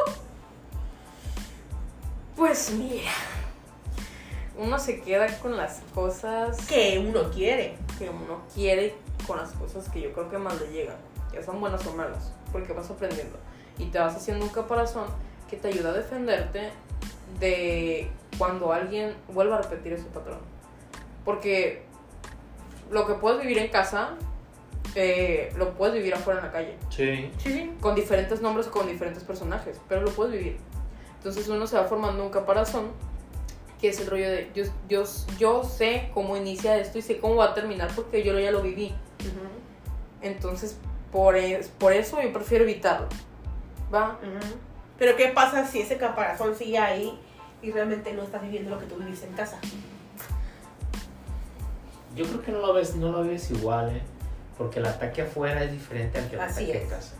S2: Pues mira, uno se queda con las cosas
S1: Que uno quiere.
S2: que uno quiere, con las cosas que yo creo que más le llegan, ya son buenas o malas, porque vas aprendiendo y te vas haciendo un caparazón que te ayuda a defenderte de cuando alguien vuelva a repetir ese patrón. Porque lo que puedes vivir en casa, eh, lo puedes vivir afuera en la calle.
S3: Sí.
S1: Sí, sí.
S2: con diferentes nombres o con diferentes personajes, pero lo puedes vivir. Entonces uno se va formando un caparazón, que es el rollo de yo, yo, yo sé cómo inicia esto y sé cómo va a terminar porque yo ya lo viví. Entonces por, es- por eso yo prefiero evitarlo. ¿Va?
S1: Ujú. Pero ¿qué pasa si ese caparazón sigue ahí y realmente no estás viviendo lo que tú viviste en casa?
S3: Yo creo que no lo ves, no lo ves igual, ¿eh? Porque el ataque afuera es diferente al que el
S1: Así
S3: ataque en
S1: es.
S3: casa.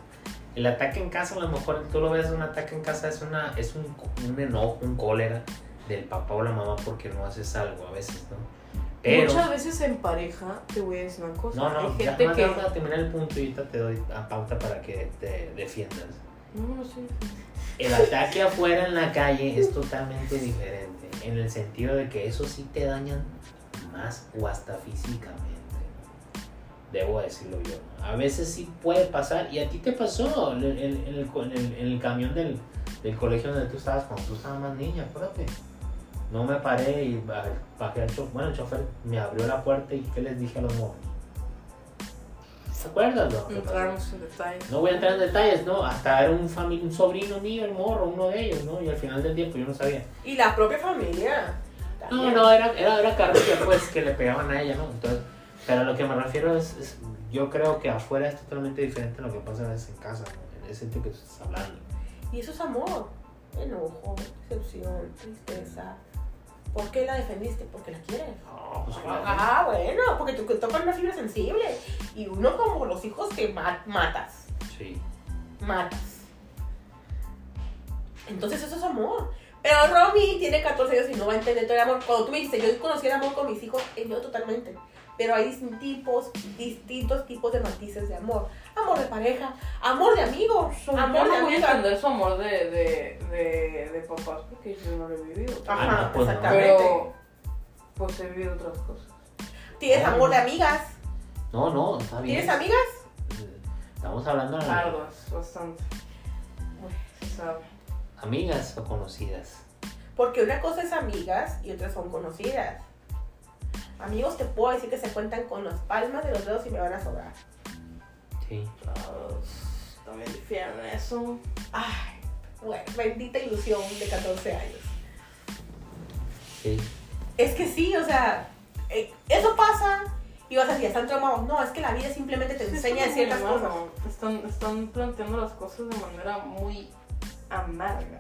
S3: El ataque en casa, a lo mejor tú lo ves, un ataque en casa es, una, es un, co- un enojo, un cólera del papá o la mamá porque no haces algo a veces, ¿no? Pero.
S2: Muchas veces en pareja, te voy a decir una cosa.
S3: No, no,
S2: hay
S3: ya
S2: gente
S3: más
S2: que.
S3: vamos a terminar el punto y ahorita te doy la pauta para que te defiendas.
S2: No, no sé.
S3: El ataque afuera en la calle es totalmente diferente, en el sentido de que eso sí te dañan más o hasta físicamente. Debo decirlo yo. A veces sí puede pasar, y a ti te pasó en, en- en el, co- en el- en el camión del, del colegio donde tú estabas cuando tú estabas más niña, acuérdate. No me paré y ba- bajé al chofer. Bueno, el chofer me abrió la puerta y ¿qué les dije a los morros? ¿Te acuerdas? lo que pasó?
S2: Entramos en detalle.
S3: No voy a entrar en detalles, ¿no? Hasta era un, fami- un sobrino mío, el morro, uno de ellos, ¿no? Y al final del día, pues yo no sabía.
S1: Y la propia familia.
S3: No,
S1: también.
S3: no, era, era, era carrilla, pues, que le pegaban a ella, ¿no? Entonces, pero a lo que me refiero es, es- yo creo que afuera es totalmente diferente a lo que pasa a veces en casa, ¿no? En el sentido que tú estás hablando.
S1: Y eso es amor. Enojo, decepción, tristeza. ¿Por qué la defendiste? Porque la quieres.
S3: No, pues claro.
S1: Ah, bueno, porque tú tocas una fibra sensible. Y uno como los hijos te ma- matas.
S3: Sí.
S1: Matas. Entonces eso es amor. Pero Romy tiene 14 años y no va a entender todo el amor. Cuando tú me dijiste, yo conocí el amor con mis hijos, yo totalmente. Pero hay distintos tipos, distintos tipos de matices de amor. Amor de pareja, amor de amigos,
S2: Amor,
S1: amor de
S2: no voy a
S1: amiga.
S2: entender su amor de, de, de, de papás porque yo no lo he vivido.
S3: Ah,
S1: Ajá,
S3: no, pues no.
S1: exactamente.
S2: Pero pues he vivido otras cosas.
S1: Tienes amor de amigas.
S3: No, no, está bien.
S1: ¿Tienes amigas?
S3: Estamos hablando de
S2: Largas, bastante.
S1: Bueno.
S2: Se sabe.
S3: amigas o conocidas.
S1: Porque una cosa es amigas y otras son conocidas. Amigos te puedo decir que se cuentan con las palmas de los dedos y me van a sobrar.
S3: Sí.
S2: También difieren eso.
S1: Ay, güey, bendita ilusión de 14 años.
S3: Sí.
S1: Es que sí, o sea, eh, eso pasa y vas a decir, están traumados. No, es que la vida simplemente te enseña
S2: Sí,
S1: ciertas
S2: están
S1: cosas.
S2: como- Están, están planteando las cosas de manera muy amarga.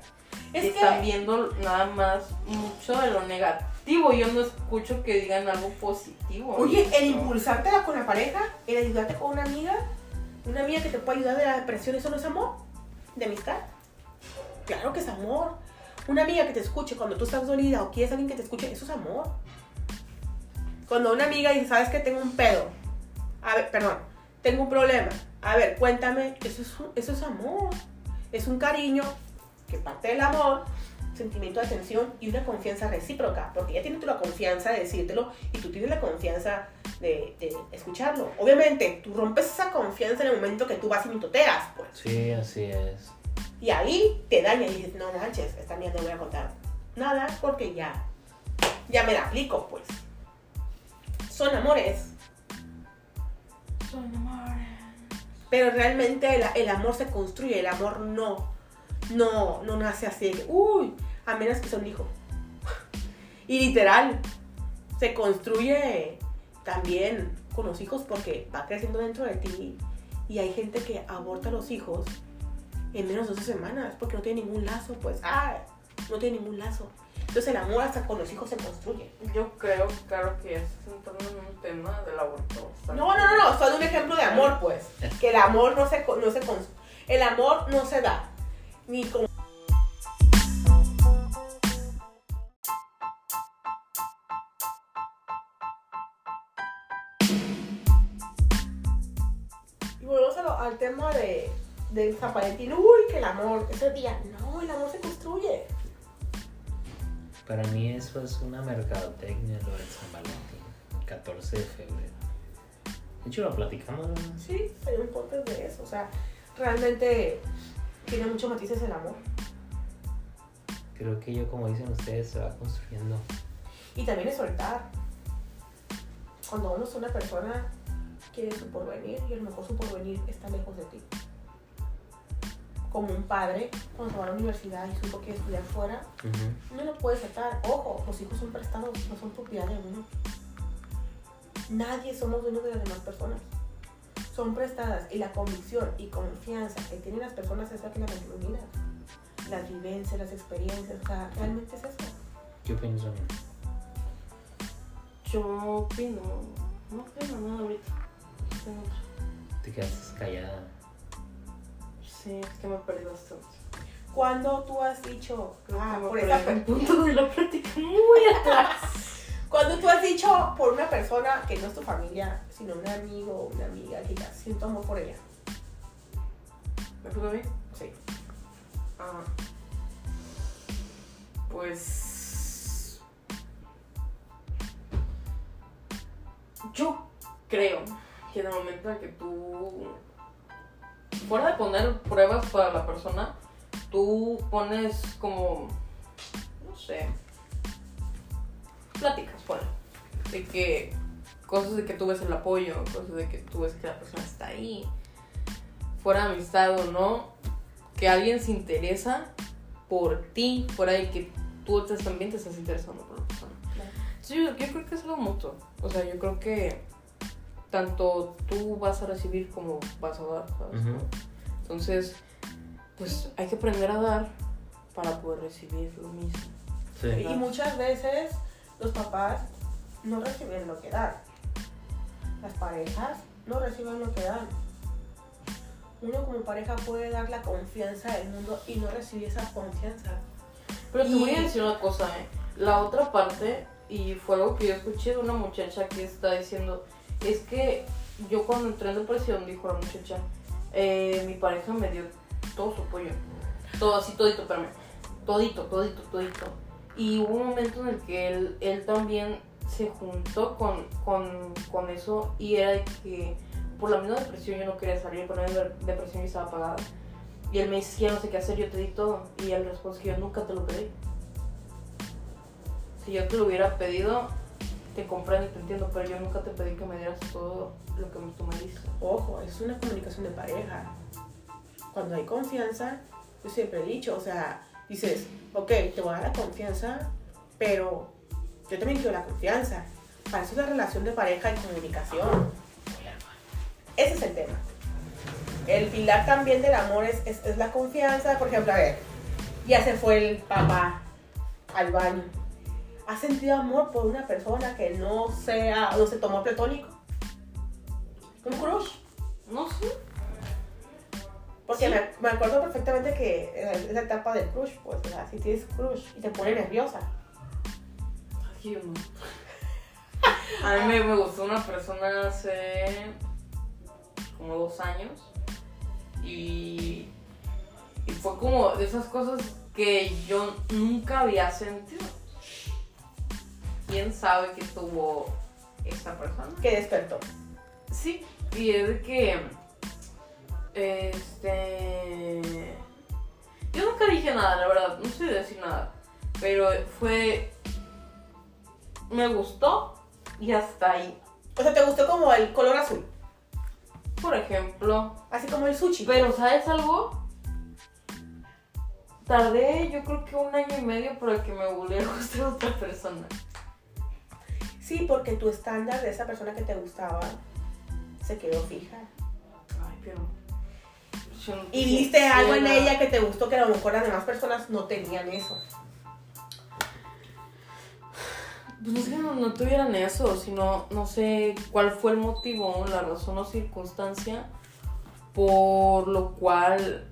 S1: Es
S2: Y
S1: que,
S2: están viendo nada más mucho de lo negativo. Yo no escucho que digan algo positivo.
S1: oye, el
S2: No.
S1: impulsártela con la pareja, el ayudarte con una amiga, una amiga que te puede ayudar de la depresión, ¿eso no es amor? ¿De amistad? Claro que es amor. Una amiga que te escuche cuando tú estás dolida o quieres a alguien que te escuche, eso es amor. Cuando una amiga dice, sabes que tengo un pedo, a ver, perdón, tengo un problema, a ver, cuéntame, eso es, un- eso es amor. Es un cariño que parte del amor, sentimiento de atención y una confianza recíproca, porque ella tiene tú la confianza de decírtelo y tú tienes la confianza de, de escucharlo. Obviamente, tú rompes esa confianza en el momento que tú vas y mitoteas, pues.
S3: Sí, así es.
S1: Y ahí te daña y dices, no manches, esta mía no voy a contar nada porque ya, ya me la aplico, pues. Son amores,
S2: Son amores.
S1: pero realmente el, el amor se construye, el amor no, no, no nace así, de que, uy, a menos que son hijos. Y literal, se construye también con los hijos porque va creciendo dentro de ti y hay gente que aborta a los hijos en menos de 12 semanas porque no tiene ningún lazo, pues, ah, no tiene ningún lazo. Entonces el amor hasta con los hijos se construye.
S2: Yo creo, claro, que ya estás entrando en un tema del aborto. bastante.
S1: No, no, no, no, solo un ejemplo de amor, pues. Que el amor no se, co- no se cons- el amor no se da. Ni con Y volvemos a lo- al tema de, del San Valentín. Uy, que el amor, ese día. No, el amor se construye.
S3: Para mí eso es una mercadotecnia lo del San Valentín, el 14 de febrero. De hecho lo platicamos. ¿no?
S1: Sí, hay un podcast de eso. O sea, realmente tiene muchos matices el amor.
S3: Creo que yo como dicen ustedes se va construyendo.
S1: Y también es soltar. Cuando uno es una persona, quiere su porvenir y a lo mejor su porvenir está lejos de ti. Como un padre, cuando se va a la universidad y supo que estudiar fuera, no lo puedes sacar. Ojo, los hijos son prestados, no son propiedad de uno. Nadie somos dueños de las demás personas. Son prestadas y la convicción y confianza que tienen las personas es la que las ilumina. Las vivencias, las experiencias, o sea, realmente es eso.
S3: ¿Qué opinas, Sonia?
S2: Yo opino No tengo nada ahorita. Tengo otro.
S3: Te quedas callada.
S2: Sí, es que me perdí bastante.
S1: Cuando tú has dicho,
S2: Creo
S1: ah,
S2: que me
S1: por
S2: perdí
S1: esa
S2: un
S1: per-
S2: punto de la práctica muy atrás.
S1: cuando tú has dicho por una persona que no es tu familia, sino un amigo o una amiga que ya siento amor por ella.
S2: ¿Me pongo bien?
S1: Sí.
S2: Ah. Pues. Yo creo que en el momento en que tú. Fuera de poner pruebas para la persona, tú pones como. No sé. Pláticas, fuera. De que. Cosas de que tú ves el apoyo, cosas de que tú ves que la persona está ahí. Fuera de amistad o no, que alguien se interesa por ti, por ahí que tú te- también te estás interesando por la persona.
S1: Claro.
S2: Entonces, yo, yo creo que es algo mutuo. O sea, yo creo que tanto tú vas a recibir como vas a dar, ¿sabes?
S3: Ujú.
S2: Entonces, pues hay que aprender a dar para poder recibir lo mismo.
S1: Y
S3: Sí.
S2: Claro.
S1: muchas veces los papás no reciben lo que dan. Las parejas no reciben lo que dan. Uno como pareja puede dar la confianza del mundo y no recibir esa confianza.
S2: Pero te
S1: Y-
S2: voy a decir una cosa, ¿eh? La otra parte, y fue algo que yo escuché de una muchacha que está diciendo, es que yo cuando entré en depresión, dijo la muchacha, eh, mi pareja me dio todo su apoyo. Todo así, todito, espérame. Todito, todito, todito. Y hubo un momento en el que él, él también se juntó con, con, con eso y era de que por la misma depresión yo no quería salir, por la misma depresión yo estaba apagada. Y él me dice, ya no sé qué hacer, yo te di todo. Y él responde que yo nunca te lo pedí. Si yo te lo hubiera pedido, te comprendo y te entiendo, pero yo nunca te pedí que me dieras todo lo que tú me diste.
S1: Ojo, es una comunicación de pareja. Cuando hay confianza, yo siempre he dicho, o sea, dices, ok, te voy a dar la confianza, pero yo también quiero la confianza. Para eso es la relación de pareja y comunicación. Ese es el tema. El pilar también del amor es, es- es la confianza. Por ejemplo, a ver, ya se fue el papá al baño. ¿Has sentido amor por una persona que no sea, no se tomó platónico? Un crush.
S2: No sé.
S1: Porque
S2: Sí.
S1: me, me acuerdo perfectamente que es la etapa del crush, pues, o sea, si tienes crush y te pone nerviosa.
S2: Ay, yo no. A mí me, me gustó una persona hace como dos años y, y fue como de esas cosas que yo nunca había sentido. ¿Quién sabe qué tuvo esa persona?
S1: que despertó.
S2: Sí, y es de que. Este. Yo nunca dije nada, la verdad, no sé decir nada. Pero fue. Me gustó y hasta ahí.
S1: O sea, te gustó como el color azul,
S2: Por ejemplo.
S1: así como el sushi.
S2: Pero, ¿sabes algo? Tardé, yo creo que un año y medio para que me volviera a gustar otra persona.
S1: Sí, porque tu estándar de esa persona que te gustaba se quedó fija.
S2: Ay, pero. yo no
S1: Y viste algo en
S2: quisiera-
S1: ella que te gustó que a lo mejor las demás personas no tenían eso.
S2: Pues no es que no, no tuvieran eso, sino no sé cuál fue el motivo, la razón o circunstancia por lo cual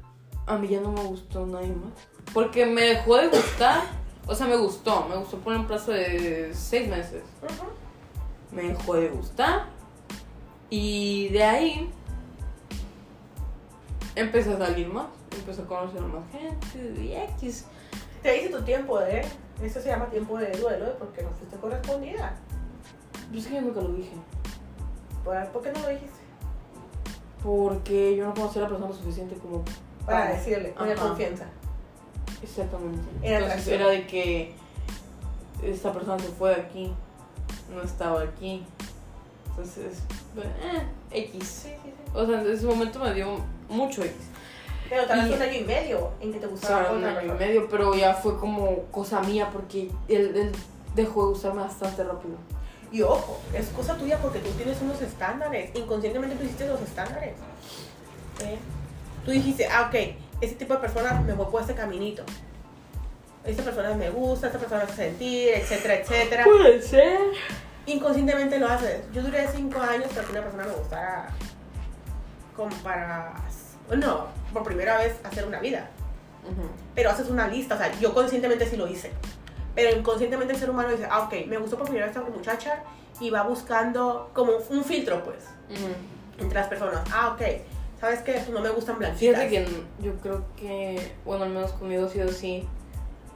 S2: a mí ya no me gustó nadie más. Porque me dejó de gustar, o sea, me gustó, me gustó por un plazo de seis meses. Me dejó de gustar y de ahí empecé a salir más, empecé a conocer a más gente y X.
S1: Te dice tu tiempo de. Eso se llama tiempo de duelo porque no fuiste correspondida.
S2: Yo sé Pues que yo nunca lo dije.
S1: ¿Por por qué no lo dijiste?
S2: Porque yo no conocía a la persona lo suficiente como
S1: Para decirle, con la
S2: Ajá.
S1: confianza.
S2: Exactamente.
S1: Era
S2: Entonces
S1: atracción.
S2: era de que esta persona se fue de aquí, no estaba aquí. Entonces, eh, X.
S1: Sí, sí, sí.
S2: O sea, en ese momento me dio mucho X.
S1: Pero tal vez
S2: Y-
S1: un año y medio en que te
S2: O
S1: gustaba
S2: sea, un
S1: otra
S2: año y
S1: persona.
S2: medio, pero ya fue como cosa mía porque él, él dejó de gustarme bastante rápido.
S1: Y ojo, es cosa tuya porque tú tienes unos estándares. Inconscientemente tú hiciste los estándares. ¿Eh? Tú dijiste, ah, ok, ese tipo de personas me voy por este caminito. Esta persona me gusta, esta persona me hace sentir, etcétera, etcétera.
S2: Puede ser.
S1: inconscientemente lo haces. Yo duré cinco años para que una persona me gustara como para, no, por primera vez hacer una vida. Pero haces una lista, o sea, yo conscientemente sí lo hice. Pero inconscientemente el ser humano dice, ah, ok, me gustó por primera vez esta muchacha y va buscando como un filtro, pues, entre las personas. Ah, ok, ¿sabes qué? Pues, No me gustan blanquitas.
S2: Fíjate que n- yo creo que, bueno, al menos conmigo ha sido así,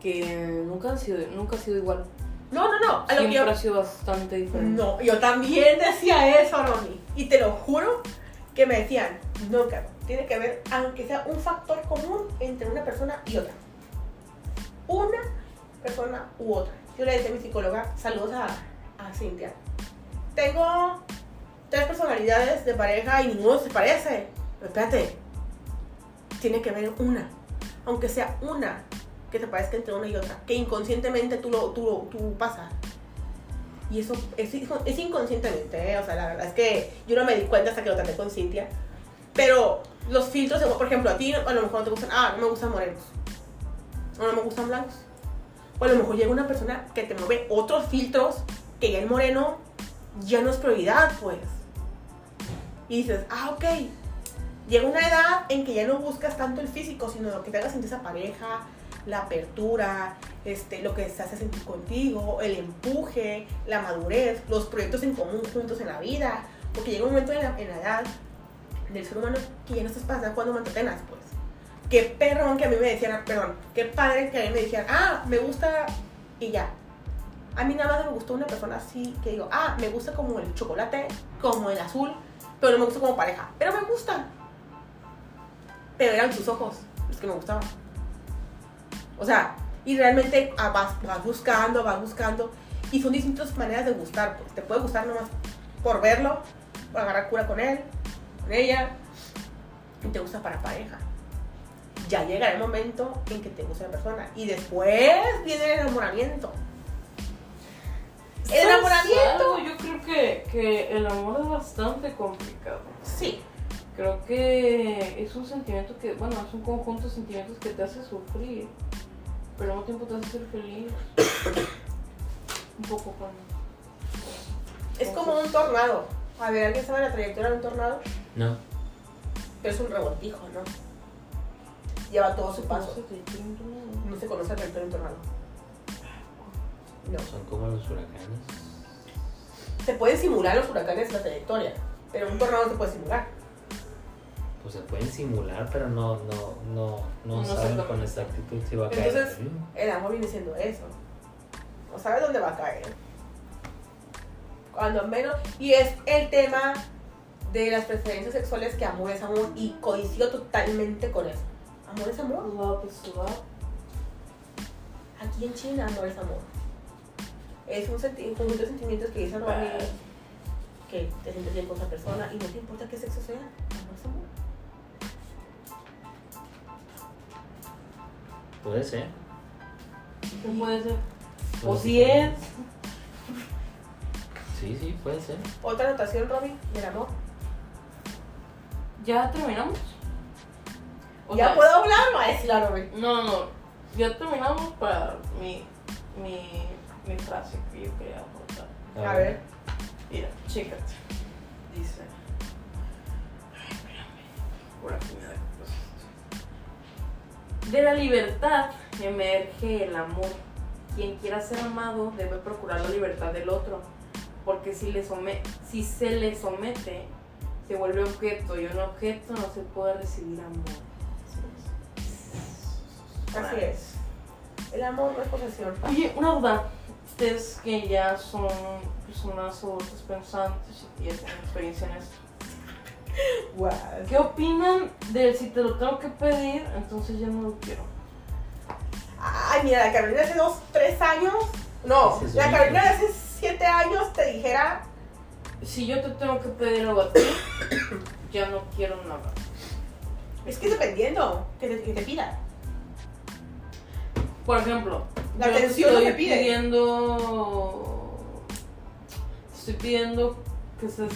S2: que nunca ha sido, nunca ha sido igual.
S1: No, no, no, a lo que
S2: Siempre
S1: yo...
S2: ha sido bastante diferente.
S1: No, yo también decía eso, Romy. Y te lo juro que me decían, no, Caro, tiene que haber, aunque sea un factor común entre una persona y otra. Una persona u otra. Yo le decía a mi psicóloga, saludos a, a Cintia. Tengo tres personalidades de pareja y ninguno se parece. Pero espérate, tiene que haber una. Aunque sea una que te parezca entre una y otra. Que inconscientemente tú lo, tú, lo- tú pasas. Y eso es, es inconscientemente, ¿eh? o sea, la verdad es que yo no me di cuenta hasta que lo traté con Cintia. Pero los filtros, por ejemplo, a ti a lo mejor no te gustan, ah, no me gustan morenos. O no me gustan blancos. O a lo mejor llega una persona que te mueve otros filtros que ya el moreno ya no es prioridad, pues. Y dices, ah, ok. Llega una edad en que ya no buscas tanto el físico, sino que te hagas sentir esa pareja, la apertura, este, lo que se hace sentir contigo, el empuje, la madurez, los proyectos en común juntos en la vida. Porque llega un momento en la, en la edad del ser humano que ya no estás pasando cuando mantenas, pues. Qué perrón que a mí me decían, ah, perdón, qué padre que a mí me dijeran, ah, me gusta y ya. A mí nada más me gustó una persona así que digo, ah, me gusta como el chocolate, como el azul, pero no me gusta como pareja. Pero me gusta. Pero eran sus ojos los que me gustaban. O sea, y realmente ah, vas, vas buscando, vas buscando. Y son distintas maneras de gustar. Pues te puede gustar nomás por verlo, por agarrar cura con él, con ella. Y te gusta para pareja. Ya llegará el momento en que te gusta la persona. Y después viene el enamoramiento.
S2: ¿Sabes
S1: El enamoramiento.
S2: algo? Yo creo que, que el amor es bastante complicado.
S1: Sí.
S2: Creo que es un sentimiento que, bueno, es un conjunto de sentimientos que te hace sufrir, pero al mismo tiempo te hace ser feliz. un poco, Juan.
S1: Es como un tornado. A ver, ¿alguien sabe la trayectoria de un tornado?
S3: No.
S1: Pero es un revoltijo, ¿no? Lleva todo su
S2: No
S1: paso.
S2: sé, te siento, ¿no?
S1: No se conoce la trayectoria de un tornado. No.
S3: Son como los huracanes.
S1: Se pueden simular los huracanes la trayectoria, pero un tornado no se puede simular.
S3: Pues se pueden simular, pero no, no, no, no,
S2: No
S3: saben
S2: sé.
S3: con exactitud si va a caer.
S1: Entonces-
S3: Mm.
S1: El amor viene siendo eso. No sabes dónde va a caer. Cuando menos. Y es el tema de las preferencias sexuales que amor es amor y coincido totalmente con eso. Amor es amor.
S2: Love is love.
S1: Aquí en China amor es amor. Es un, senti- un conjunto de sentimientos que dicen Ronnie que te sientes bien con esa persona y no te importa qué sexo sea, amor es amor.
S3: Puede ser.
S2: ¿Qué puede ser?
S3: Puede
S2: O
S3: ser.
S2: si es.
S3: Sí, sí, puede ser.
S1: Otra anotación, Robin, del amor.
S2: ¿Ya terminamos? O
S1: ¿Ya
S2: sea,
S1: puedo hablar, maestra Robin?
S2: No, no, no. Ya terminamos para mi, mi, mi frase que yo quería aportar.
S1: A ver.
S2: Mira, chécate. Dice. Ay, espérame. Por aquí me da cosas. De la libertad emerge el amor. Quien quiera ser amado debe procurar la libertad del otro, porque si, le some- si se le somete, se vuelve objeto y un objeto no se puede recibir amor.
S1: Así es. El amor no es posesión.
S2: Oye, una duda. Ustedes que ya son personas adultas pensantes y ya tienen experiencia en esto.
S1: Guau.
S2: ¿Qué opinan del si te lo tengo que pedir, entonces ya no lo quiero?
S1: Ay, mira, la Carolina hace dos, tres años. No,
S3: Ese es
S1: la
S3: un
S1: Carolina de
S3: hijo.
S1: hace siete años te dijera,
S2: Si yo te tengo que pedir algo a ti, ya no quiero nada.
S1: es que dependiendo que te, que te pida.
S2: Por ejemplo,
S1: La
S2: yo te
S1: atención no
S2: estoy
S1: te pide.
S2: pidiendo. te Estoy pidiendo que seas.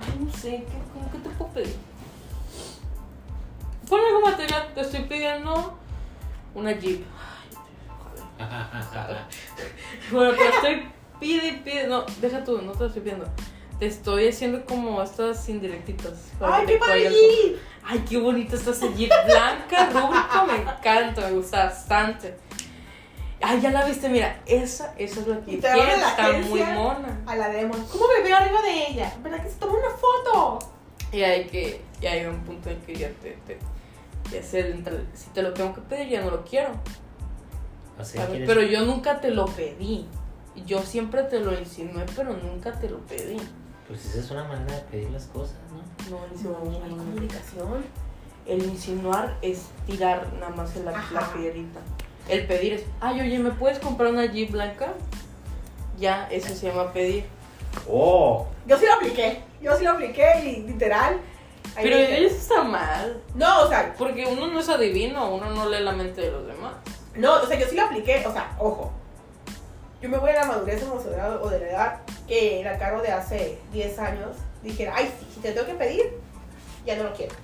S2: Ay, no sé, ¿qué, cómo, qué te puedo pedir? Pon algo material, te estoy pidiendo una Jeep. Bueno, te estoy pide y pide. No, deja tú, no te lo estoy pidiendo. Te estoy haciendo como estas indirectitas. para
S1: ¡Ay,
S2: que
S1: qué
S2: te cuelgues.
S1: padre! Jeep!
S2: Ay, qué bonito estás allí. Blanca, rúbrica, me encanta, me gusta bastante. Ay, ya la viste, mira, esa, esa es la que
S1: Y te van a
S2: quiero,
S1: la
S2: está muy
S1: agencia.
S2: mona.
S1: A la demo. ¿Cómo me veo arriba de ella? ¿Verdad que se tomó una foto?
S2: Y hay que, ya hay un punto en que ya te, te ya se entra- si te lo tengo que pedir, ya no lo quiero.
S3: O sea,
S2: ¿sabes?
S3: ¿quieres-
S2: Pero yo nunca te lo pedí. Yo siempre te lo insinué, pero nunca te lo pedí.
S3: Pues esa es una manera de pedir las cosas, ¿no?
S2: No, él
S1: No,
S2: insinuó,
S1: no hay
S2: no, no.
S1: comunicación.
S2: El insinuar es tirar nada más la,
S1: Ajá.
S2: la piedrita. El pedir es, ay, oye, ¿me puedes comprar una Jeep blanca? Ya, eso se llama pedir.
S3: ¡Oh!
S1: Yo sí lo apliqué. Yo sí lo apliqué y literal. ahí
S2: Pero
S1: dije,
S2: eso está mal,
S1: No, o sea,
S2: porque uno no es adivino, uno no lee la mente de los demás.
S1: no, o sea, yo sí lo apliqué. O sea, ojo. Yo me voy a la madurez emocional o de la edad que la caro de hace 10 años dijera, ay, sí, si te tengo que pedir, ya no lo quiero.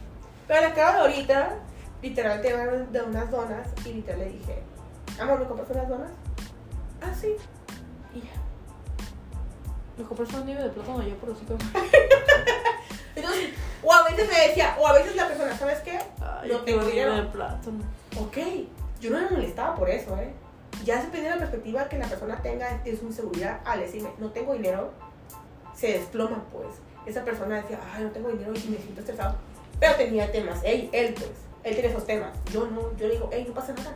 S1: Pero la caro de ahorita, literal, te van de unas donas y literal le dije, amor, ¿me compras unas donas? Ah, sí.
S2: Y ya. Me compraste un nieve de plátano yo por hocico.
S1: Entonces, o a veces me decía, o a veces la persona, ¿sabes qué? No
S2: Ay, yo
S1: tengo
S2: quiero nieve
S1: dinero.
S2: de plátano.
S1: Ok, yo no me molestaba por eso, ¿eh? Ya depende de la perspectiva que la persona tenga de su inseguridad al decirme, no tengo dinero, se desploma, pues. Esa persona decía, ay, no tengo dinero y me siento estresado. Pero tenía temas, él, él, pues. Él tiene esos temas. Yo no, yo le digo, hey, no pasa nada.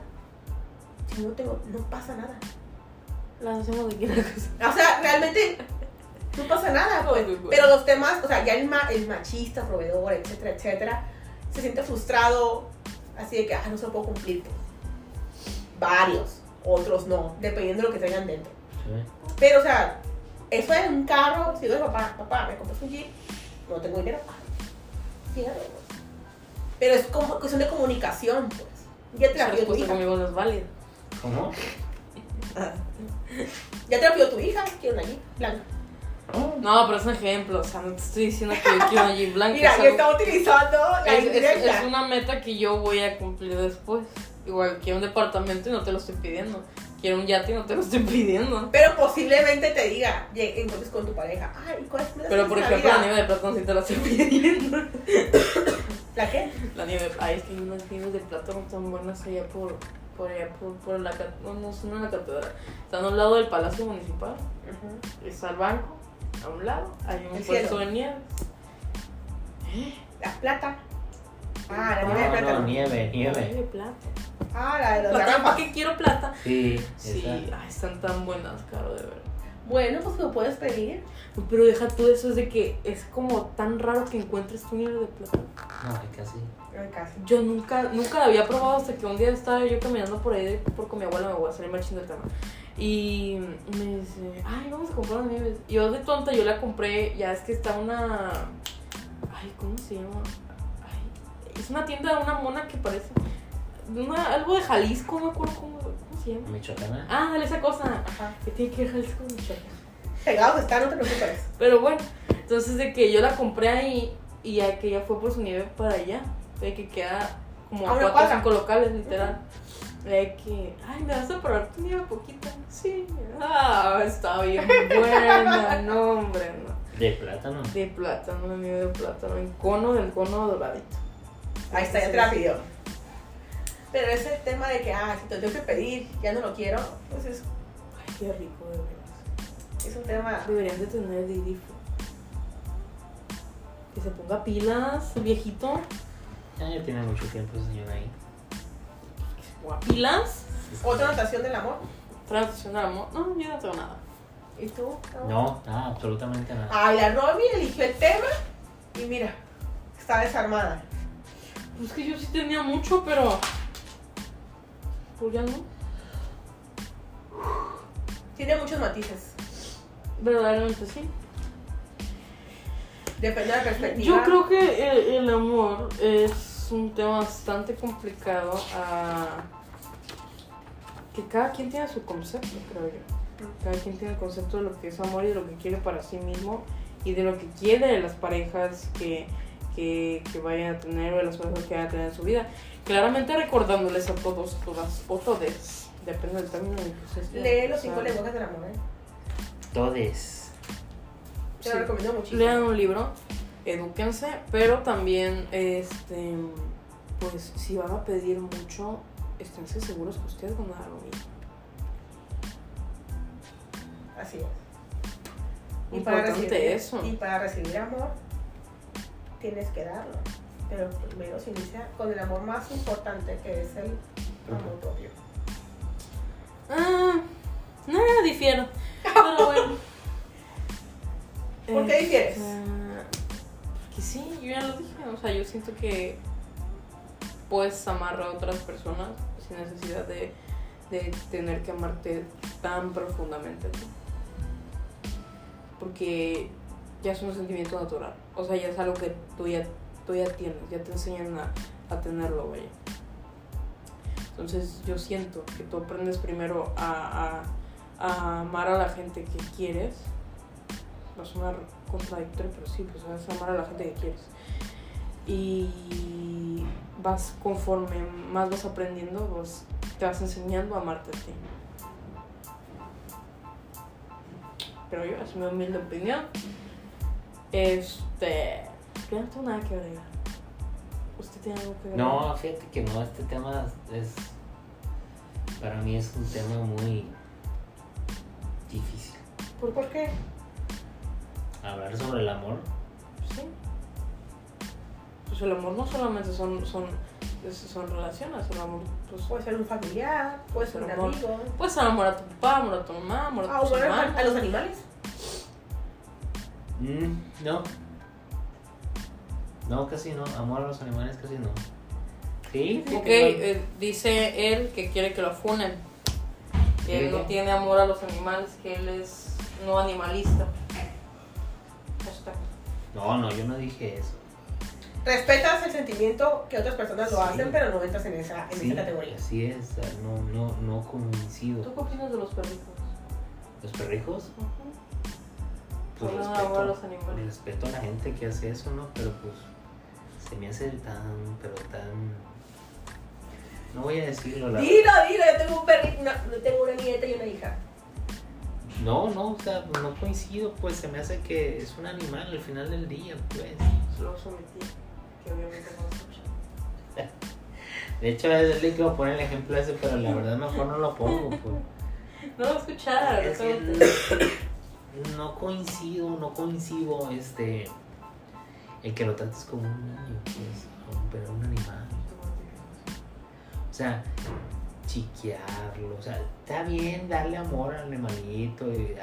S1: Si no tengo, no pasa nada.
S2: Las hacemos de aquí la cosa.
S1: O sea, realmente no pasa nada, pues.
S2: Ay, güey.
S1: Pero los temas, o sea, ya el, ma- el machista, proveedor, etcétera, etcétera, se siente frustrado, así de que, ah, no se lo puedo cumplir. pues. Varios, otros no, dependiendo de lo que traigan dentro.
S3: Sí.
S1: Pero, o sea, eso es un carro, si digo, papá, papá, me compras un jeep, no tengo dinero, ah, fíjate, pues. Pero es como cuestión de comunicación, pues. Ya te la
S2: Pero
S1: pidió tu
S2: pues
S1: hija.
S2: conmigo no es válido.
S3: ¿Cómo?
S1: Ya te la pidió tu hija, quiero una jeep blanca.
S2: No, pero es un ejemplo, o sea, no te estoy diciendo que yo quiero una Jeep blanca.
S1: Mira,
S2: es
S1: yo
S2: pues, algo-
S1: estaba utilizando la
S2: es, es-
S1: indirecta.
S2: es una meta que yo voy a cumplir después. Igual quiero un departamento y no te lo estoy pidiendo. Quiero un yate y no te lo estoy pidiendo.
S1: Pero posiblemente te diga, llegue- encuentres con tu pareja, ay, ¿cuál es la
S2: Pero por ejemplo, la nieve de plátano sí te la estoy pidiendo.
S1: ¿La qué?
S2: La nieve, ay, es que hay unas nieves de plátano tan buenas allá por, por allá, por, por la, cat- no, no, son en la catedral. Están a un lado del Palacio Municipal, está el banco, a un lado, hay un
S1: El
S2: puesto
S1: cielo.
S2: de nieve.
S1: La plata. Ah, la
S3: No,
S1: nieve de plata.
S3: no, nieve, nieve.
S2: Nieve de plata.
S1: Ah, la de los
S2: Plata, ¿para
S1: garrafas.
S2: qué quiero plata?
S3: Sí,
S2: Sí,
S3: esa.
S2: ay, están tan buenas, caro, de verdad.
S1: Bueno, pues lo puedes pedir.
S2: Pues, Pero deja tú eso, es de que es como tan raro que encuentres tu nieve de plátano.
S3: No, que casi.
S1: Ay, casi.
S2: Yo nunca, nunca la había probado hasta que un día estaba yo caminando por ahí de- por con mi abuela, me voy a salir marchando del tema. Y me dice, ay, vamos a comprar unas nieves. Y yo de tonta, yo la compré, ya es que está una. Ay, ¿cómo se llama? Ay, es una tienda de una mona que parece. una- algo de Jalisco, no me acuerdo cómo, cómo se llama.
S3: Michoacana.
S2: Ah, dale esa cosa.
S1: Ajá.
S2: Que tiene que ver Jalisco con Michoacán.
S1: Pegados están, no te preocupes.
S2: Pero bueno, entonces de que yo la compré ahí y ya que ella fue por su nieve para allá. De que queda como
S1: A
S2: a
S1: una
S2: cuatro o
S1: cuadra.
S2: cinco locales, literal. De que, ay, me vas a probar tu nieve poquita. Sí, ah, está bien buena, no, hombre, no.
S3: De plátano.
S2: De plátano, de nieve de plátano, en cono, del cono doradito.
S1: Ahí está, ya te la pidió. Pero ese tema de que, ah, si te tengo que pedir, ya no lo quiero, pues es,
S2: Ay, qué rico, de verdad.
S1: es un tema.
S2: Deberían de tener el Didi Food. Que se ponga pilas, viejito.
S3: Ya, ya tiene mucho tiempo ese señor ahí.
S2: ¿Pilas?
S1: Otra notación del amor.
S2: Traducción al amor. No, yo no tengo nada.
S1: ¿Y tú?
S3: No, nada, absolutamente nada.
S1: Ay, la Romy eligió el tema y mira, está desarmada.
S2: Pues que yo sí tenía mucho, pero. Pues ya no.
S1: Tiene muchos matices.
S2: Verdaderamente sí.
S1: Depende de la perspectiva.
S2: Yo creo que eh, el, amor es un tema bastante complicado. ah, que cada quien tiene su concepto, creo yo. Cada quien tiene el concepto de lo que es amor y de lo que quiere para sí mismo y de lo que quiere de las parejas que, que, que vayan a tener o de las parejas que vayan a tener en su vida. Claramente recordándoles a todos, todas o todes, depende del término en el que ustedes quieran
S1: Lee los cinco
S2: usar.
S1: lenguajes del amor, ¿eh?
S3: todes.
S1: Te lo
S2: Sí.
S1: recomiendo muchísimo.
S2: Lean un libro, edúquense, pero también, este, pues si van a pedir mucho, esténse seguros que ustedes van a dar lo mismo.
S1: Así es. Y para,
S2: Importante
S1: recibir,
S2: eso.
S1: y para recibir amor, tienes que darlo. Pero primero se inicia con el amor más importante, que es el amor propio.
S2: Ah, nada, difiero. Pero bueno.
S1: ¿Por qué difieres?
S2: Este, Que sí, yo ya lo dije. O sea, yo siento que puedes amar a otras personas sin necesidad de, de tener que amarte tan profundamente. a ti. Porque ya es un sentimiento natural. O sea, ya es algo que tú ya, tú ya tienes, ya te enseñan a, a tenerlo, vaya. Entonces yo siento que tú aprendes primero a, a- a amar a la gente que quieres. Va a sonar contradictorio, pero sí, pues vas a amar a la gente que quieres. Y vas conforme más vas aprendiendo, vas, te vas enseñando a amarte a ti. Pero yo, es mi humilde opinión. Este. Yo no tengo nada que agregar. ¿Usted tiene algo que agregar?
S3: No, fíjate que no, este tema es. Para mí es un tema muy difícil.
S1: ¿Por, ¿Por qué?
S3: Hablar sobre el amor.
S2: Sí. Pues el amor no solamente son, son, es- son relaciones, el amor, pues,
S1: Puede ser un familiar, puede ser un
S2: Pero amor.
S1: amigo,
S2: puedes amor a tu papá, amor a tu mamá, amor Ah, a
S1: a,
S2: tus
S1: un-
S2: hermanos.
S1: a los animales.
S3: Mm, no. No, casi no. Amor a los animales, casi no. Sí, sí,
S2: Ok,
S3: tengo-
S2: eh, dice él que quiere que lo funen. Que él no
S3: Sí.
S2: tiene amor a los animales, que él es no animalista. Hashtag.
S3: No, no, yo no dije eso.
S1: Respetas el sentimiento que otras personas lo
S3: Sí.
S1: hacen, pero no entras en esa, en
S3: Sí,
S1: esa categoría.
S3: así es. o sea, No, no, no coincido.
S2: ¿Tú qué opinas de los perritos?
S3: Los perrijos,
S2: Ujú.
S3: pues
S2: Solo
S3: respeto.
S2: amor a los animales.
S3: respeto a la gente que hace eso, ¿no? Pero pues se me hace tan, pero tan... No voy a decirlo, la
S1: Dilo, dilo, yo tengo un perrito, una- yo tengo una nieta y una hija.
S3: No, no, o sea, pues, no coincido, pues se me hace que es un animal al final del día, pues.
S2: Lo sometí, que obviamente no escucha.
S3: De hecho, es el que lo pone el ejemplo ese, pero la verdad mejor no lo pongo, pues.
S2: No lo va a escuchar,
S3: Es
S2: no
S3: que
S2: te-
S3: no- no coincido, no coincido, este... El que lo trates como un niño, pues, o- pero un animal. O sea, chiquearlo. O sea, está bien darle amor al animalito, y-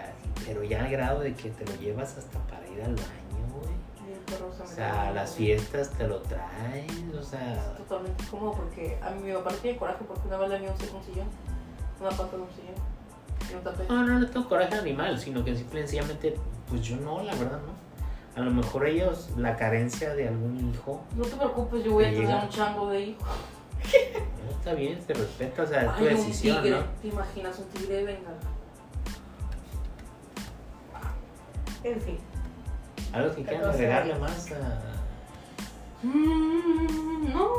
S3: pero ya al grado de que te lo llevas hasta para ir al baño, güey. O sea, a las fiestas te lo traes, o sea.
S2: Es totalmente cómodo porque a mí mi papá le tiene coraje porque una vez le vi un un sillón, una pata de un sillón. Y un tapete.
S3: No, no le tengo coraje al animal, sino que simple y sencillamente, pues yo no, la verdad, no. A lo mejor ellos, la carencia de algún hijo,
S2: No te preocupes, yo voy a
S3: Llega.
S2: tener un chango de hijo.
S3: no está bien, se respeta, o sea, es tu
S2: Ay, un
S3: decisión,
S2: tigre.
S3: ¿no?
S2: ¿Te imaginas un tigre de venga?
S1: En fin.
S3: Algo que quieran
S1: Pero, o sea,
S3: agregarle más a.
S2: Mm, no.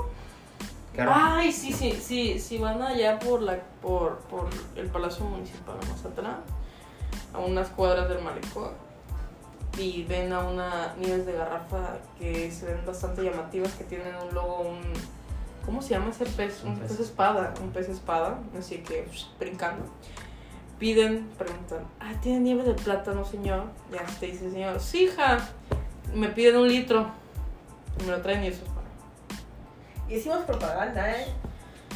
S3: Carmen.
S2: Ay, sí, sí, sí, sí, van allá por la por, por el Palacio Municipal más atrás, a unas cuadras del malecón, y ven a unas nieves de garrafa que se ven bastante llamativas, que tienen un logo, un... ¿Cómo se llama ese pez? Un,
S3: Un
S2: pez.
S3: pez.
S2: espada, un pez espada, así que psh, brincando. Piden, preguntan, ah, ¿tiene nieve de plátano, señor? Ya te dice, el señor, sí, hija, me piden un litro, y me lo traen y eso es para
S1: Y hicimos propaganda, ¿eh?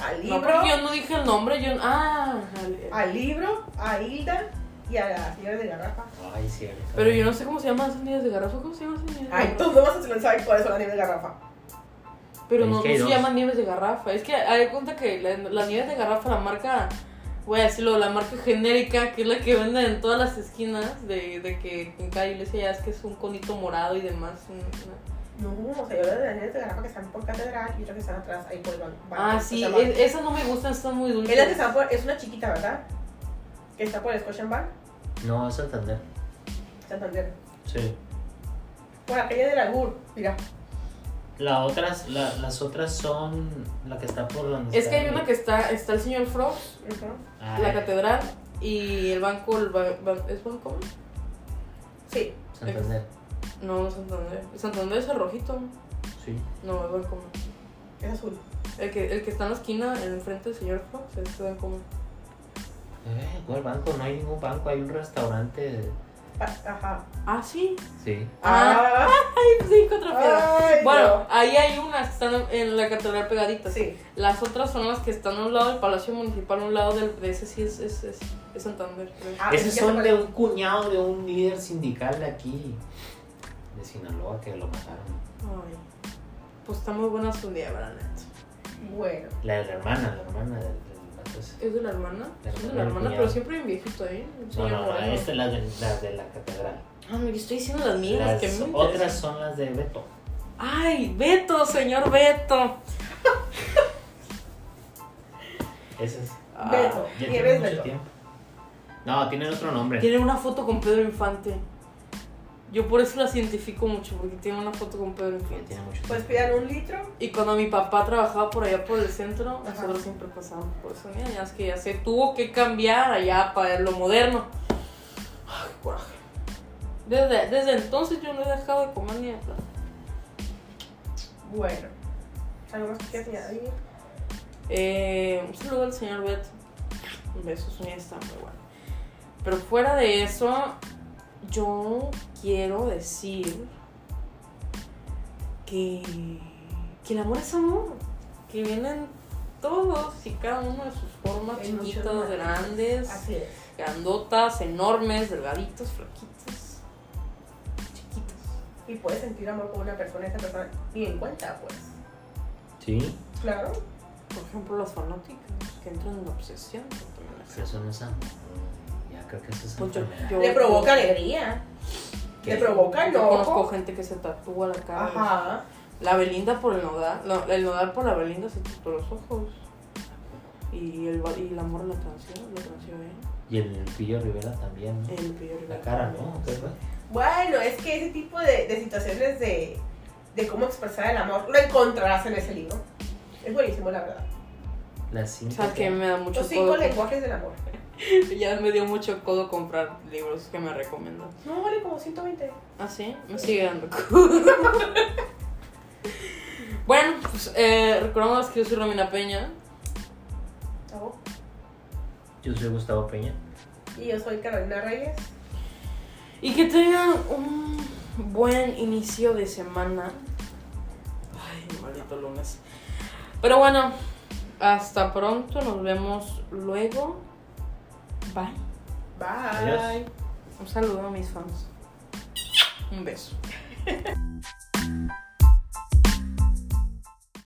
S1: Al
S2: No,
S1: libro,
S2: porque yo no dije el nombre, yo... Ah, vale.
S1: al libro, a Hilda y a la señora de garrafa.
S3: Ay, cierto.
S2: Pero yo no sé cómo se llaman esas niñas de garrafa, ¿cómo se llaman esas niñas de
S1: Ay,
S2: garrafa?
S1: tú no vas a saber cuáles son las nieves de garrafa.
S2: Pero
S3: Es
S2: no,
S3: que
S2: no
S3: hay
S2: se
S3: dos.
S2: llaman nieves de garrafa. Es que hay de cuenta que la, la nieve de garrafa, la marca, voy a decirlo, la marca genérica, que es la que venden en todas las esquinas, de, de que en cada iglesia ya es que es un conito morado y demás. un- una-
S1: No, o sea, yo veo de las nieves de garrafa que están por catedral y otras que están atrás, ahí por el banco.
S2: Ah, sí, es- esas no me gustan, están muy
S1: Es la que
S2: dulces.
S1: está por, es una chiquita, ¿verdad? Que está por el Scotian Bank,
S3: No, es Santander.
S1: Santander.
S3: Sí.
S1: Por la calle del Albur, mira.
S3: La otras, la- las otras son la que está por donde
S2: Es que hay una que está, está el señor Frost,
S3: Ah.
S1: Ujú.
S2: la catedral y el banco, el ba- ba- ¿es banco?
S1: Sí.
S3: Santander.
S2: No, no Santander. Santander es el rojito.
S3: Sí.
S2: No, es Bancomer.
S1: Es azul.
S2: El que, el que está en la esquina, en el frente del señor Fox, es Bancomer.
S3: Eh, ¿Cuál banco? No hay ningún banco, hay un restaurante. de-
S1: Pa- Ajá.
S2: Ah, sí.
S3: Sí.
S2: Ah, sí, cuatro piedras.
S1: Ay,
S2: Bueno,
S1: no.
S2: ahí hay unas que están en la catedral pegaditas.
S1: Sí.
S2: Las otras son las que están a un lado del Palacio Municipal, a un lado del, de ese sí es, es, es, es Santander. creo.
S1: Ah,
S3: Esos
S1: ya
S3: son
S1: sé
S3: de
S1: cuál
S3: un cuñado de un líder sindical de aquí, de Sinaloa, que lo mataron.
S2: Ay, pues está muy buena su día, ¿verdad, Nat?
S1: es. Bueno.
S3: La, la hermana, la hermana del, del vato ese.
S2: ¿Es de la hermana?
S3: La
S2: es de la
S3: hermana del
S2: hermana,
S3: cuñado.
S2: pero siempre hay un viejito ¿eh? ahí. Un
S3: No,
S2: señor
S3: no, no,
S2: moreno.
S3: esta es la de la, de la catedral.
S2: Ah, me estoy diciendo las mías,
S3: Las
S2: que a mí me
S3: otras
S2: interesan.
S3: son las de Beto.
S2: Ay, Beto, señor Beto.
S3: Esas.
S2: Ah,
S1: Beto.
S3: Ya
S1: ¿Quién
S3: tienen
S1: es
S3: mucho
S1: Beto?
S3: tiempo. No, tienen otro nombre.
S2: Tiene una foto con Pedro Infante. Yo por eso la cientifico mucho, porque tiene una foto con Pedro
S3: Sí,
S2: Infante.
S3: tiene mucho
S1: Pues
S3: tiempo.
S1: pidan un litro.
S2: Y cuando mi papá trabajaba por allá por el centro,
S1: Ajá.
S2: nosotros siempre pasábamos por eso. Mira, ya es que ya se tuvo que cambiar allá para lo moderno. Ay, qué coraje. Desde, desde entonces yo no he dejado de comer ni de plata.
S1: Bueno. ¿Algo más que quieras añadir?
S2: Eh, un saludo al señor Beto. Un beso, su niña está muy bueno. Pero fuera de eso, yo quiero decir que, que el amor es amor. Que vienen todos y cada uno de sus formas,
S1: En muchas
S2: chiquitos,
S1: maneras.
S2: grandes,
S1: Así es.
S2: grandotas, enormes, delgaditos, flaquitos, chiquitos.
S1: Y puedes sentir amor por una persona y esa persona ni en cuenta, pues.
S3: Sí,
S1: Claro.
S2: Por ejemplo, las fanáticas que entran en obsesión. yo también las-
S3: pero eso no es amor. Ya creo que eso es
S2: Pues yo-
S3: enfermedad.
S2: yo-
S1: Le provoca alegría. Le
S3: ¿Qué?
S1: provoca
S2: Yo
S1: enojo.
S2: conozco gente que se tatúa la cara.
S1: Ajá.
S2: La Belinda por el nodal. No, el nodal por la Belinda se tatuó los ojos. Y el, va- y el amor la transió, la transió ¿eh?
S3: Y el Pillo Rivera también, ¿no?
S2: El peor.
S3: La cara, ¿no? ¿Qué fue?
S1: Bueno, es que ese tipo de, de situaciones de, de cómo expresar el amor lo encontrarás en ese libro. Es buenísimo, la verdad.
S3: La
S2: O
S3: cinta.
S2: sea, que me da mucho
S1: Los cinco
S2: codo.
S1: lenguajes del amor.
S2: Ya me dio mucho codo comprar libros que me recomiendan.
S1: No, vale como 120.
S2: ¿Ah, sí? Me sigue dando codo. bueno, pues eh, recordamos que yo soy Romina Peña.
S1: ¿no?
S3: Yo soy Gustavo Peña.
S1: Y yo soy Carolina Reyes.
S2: Y que tengan un buen inicio de semana. Ay, maldito lunes. Pero bueno, hasta pronto. Nos vemos luego. Bye.
S1: Bye.
S3: Adiós.
S2: Un saludo a mis fans. Un beso.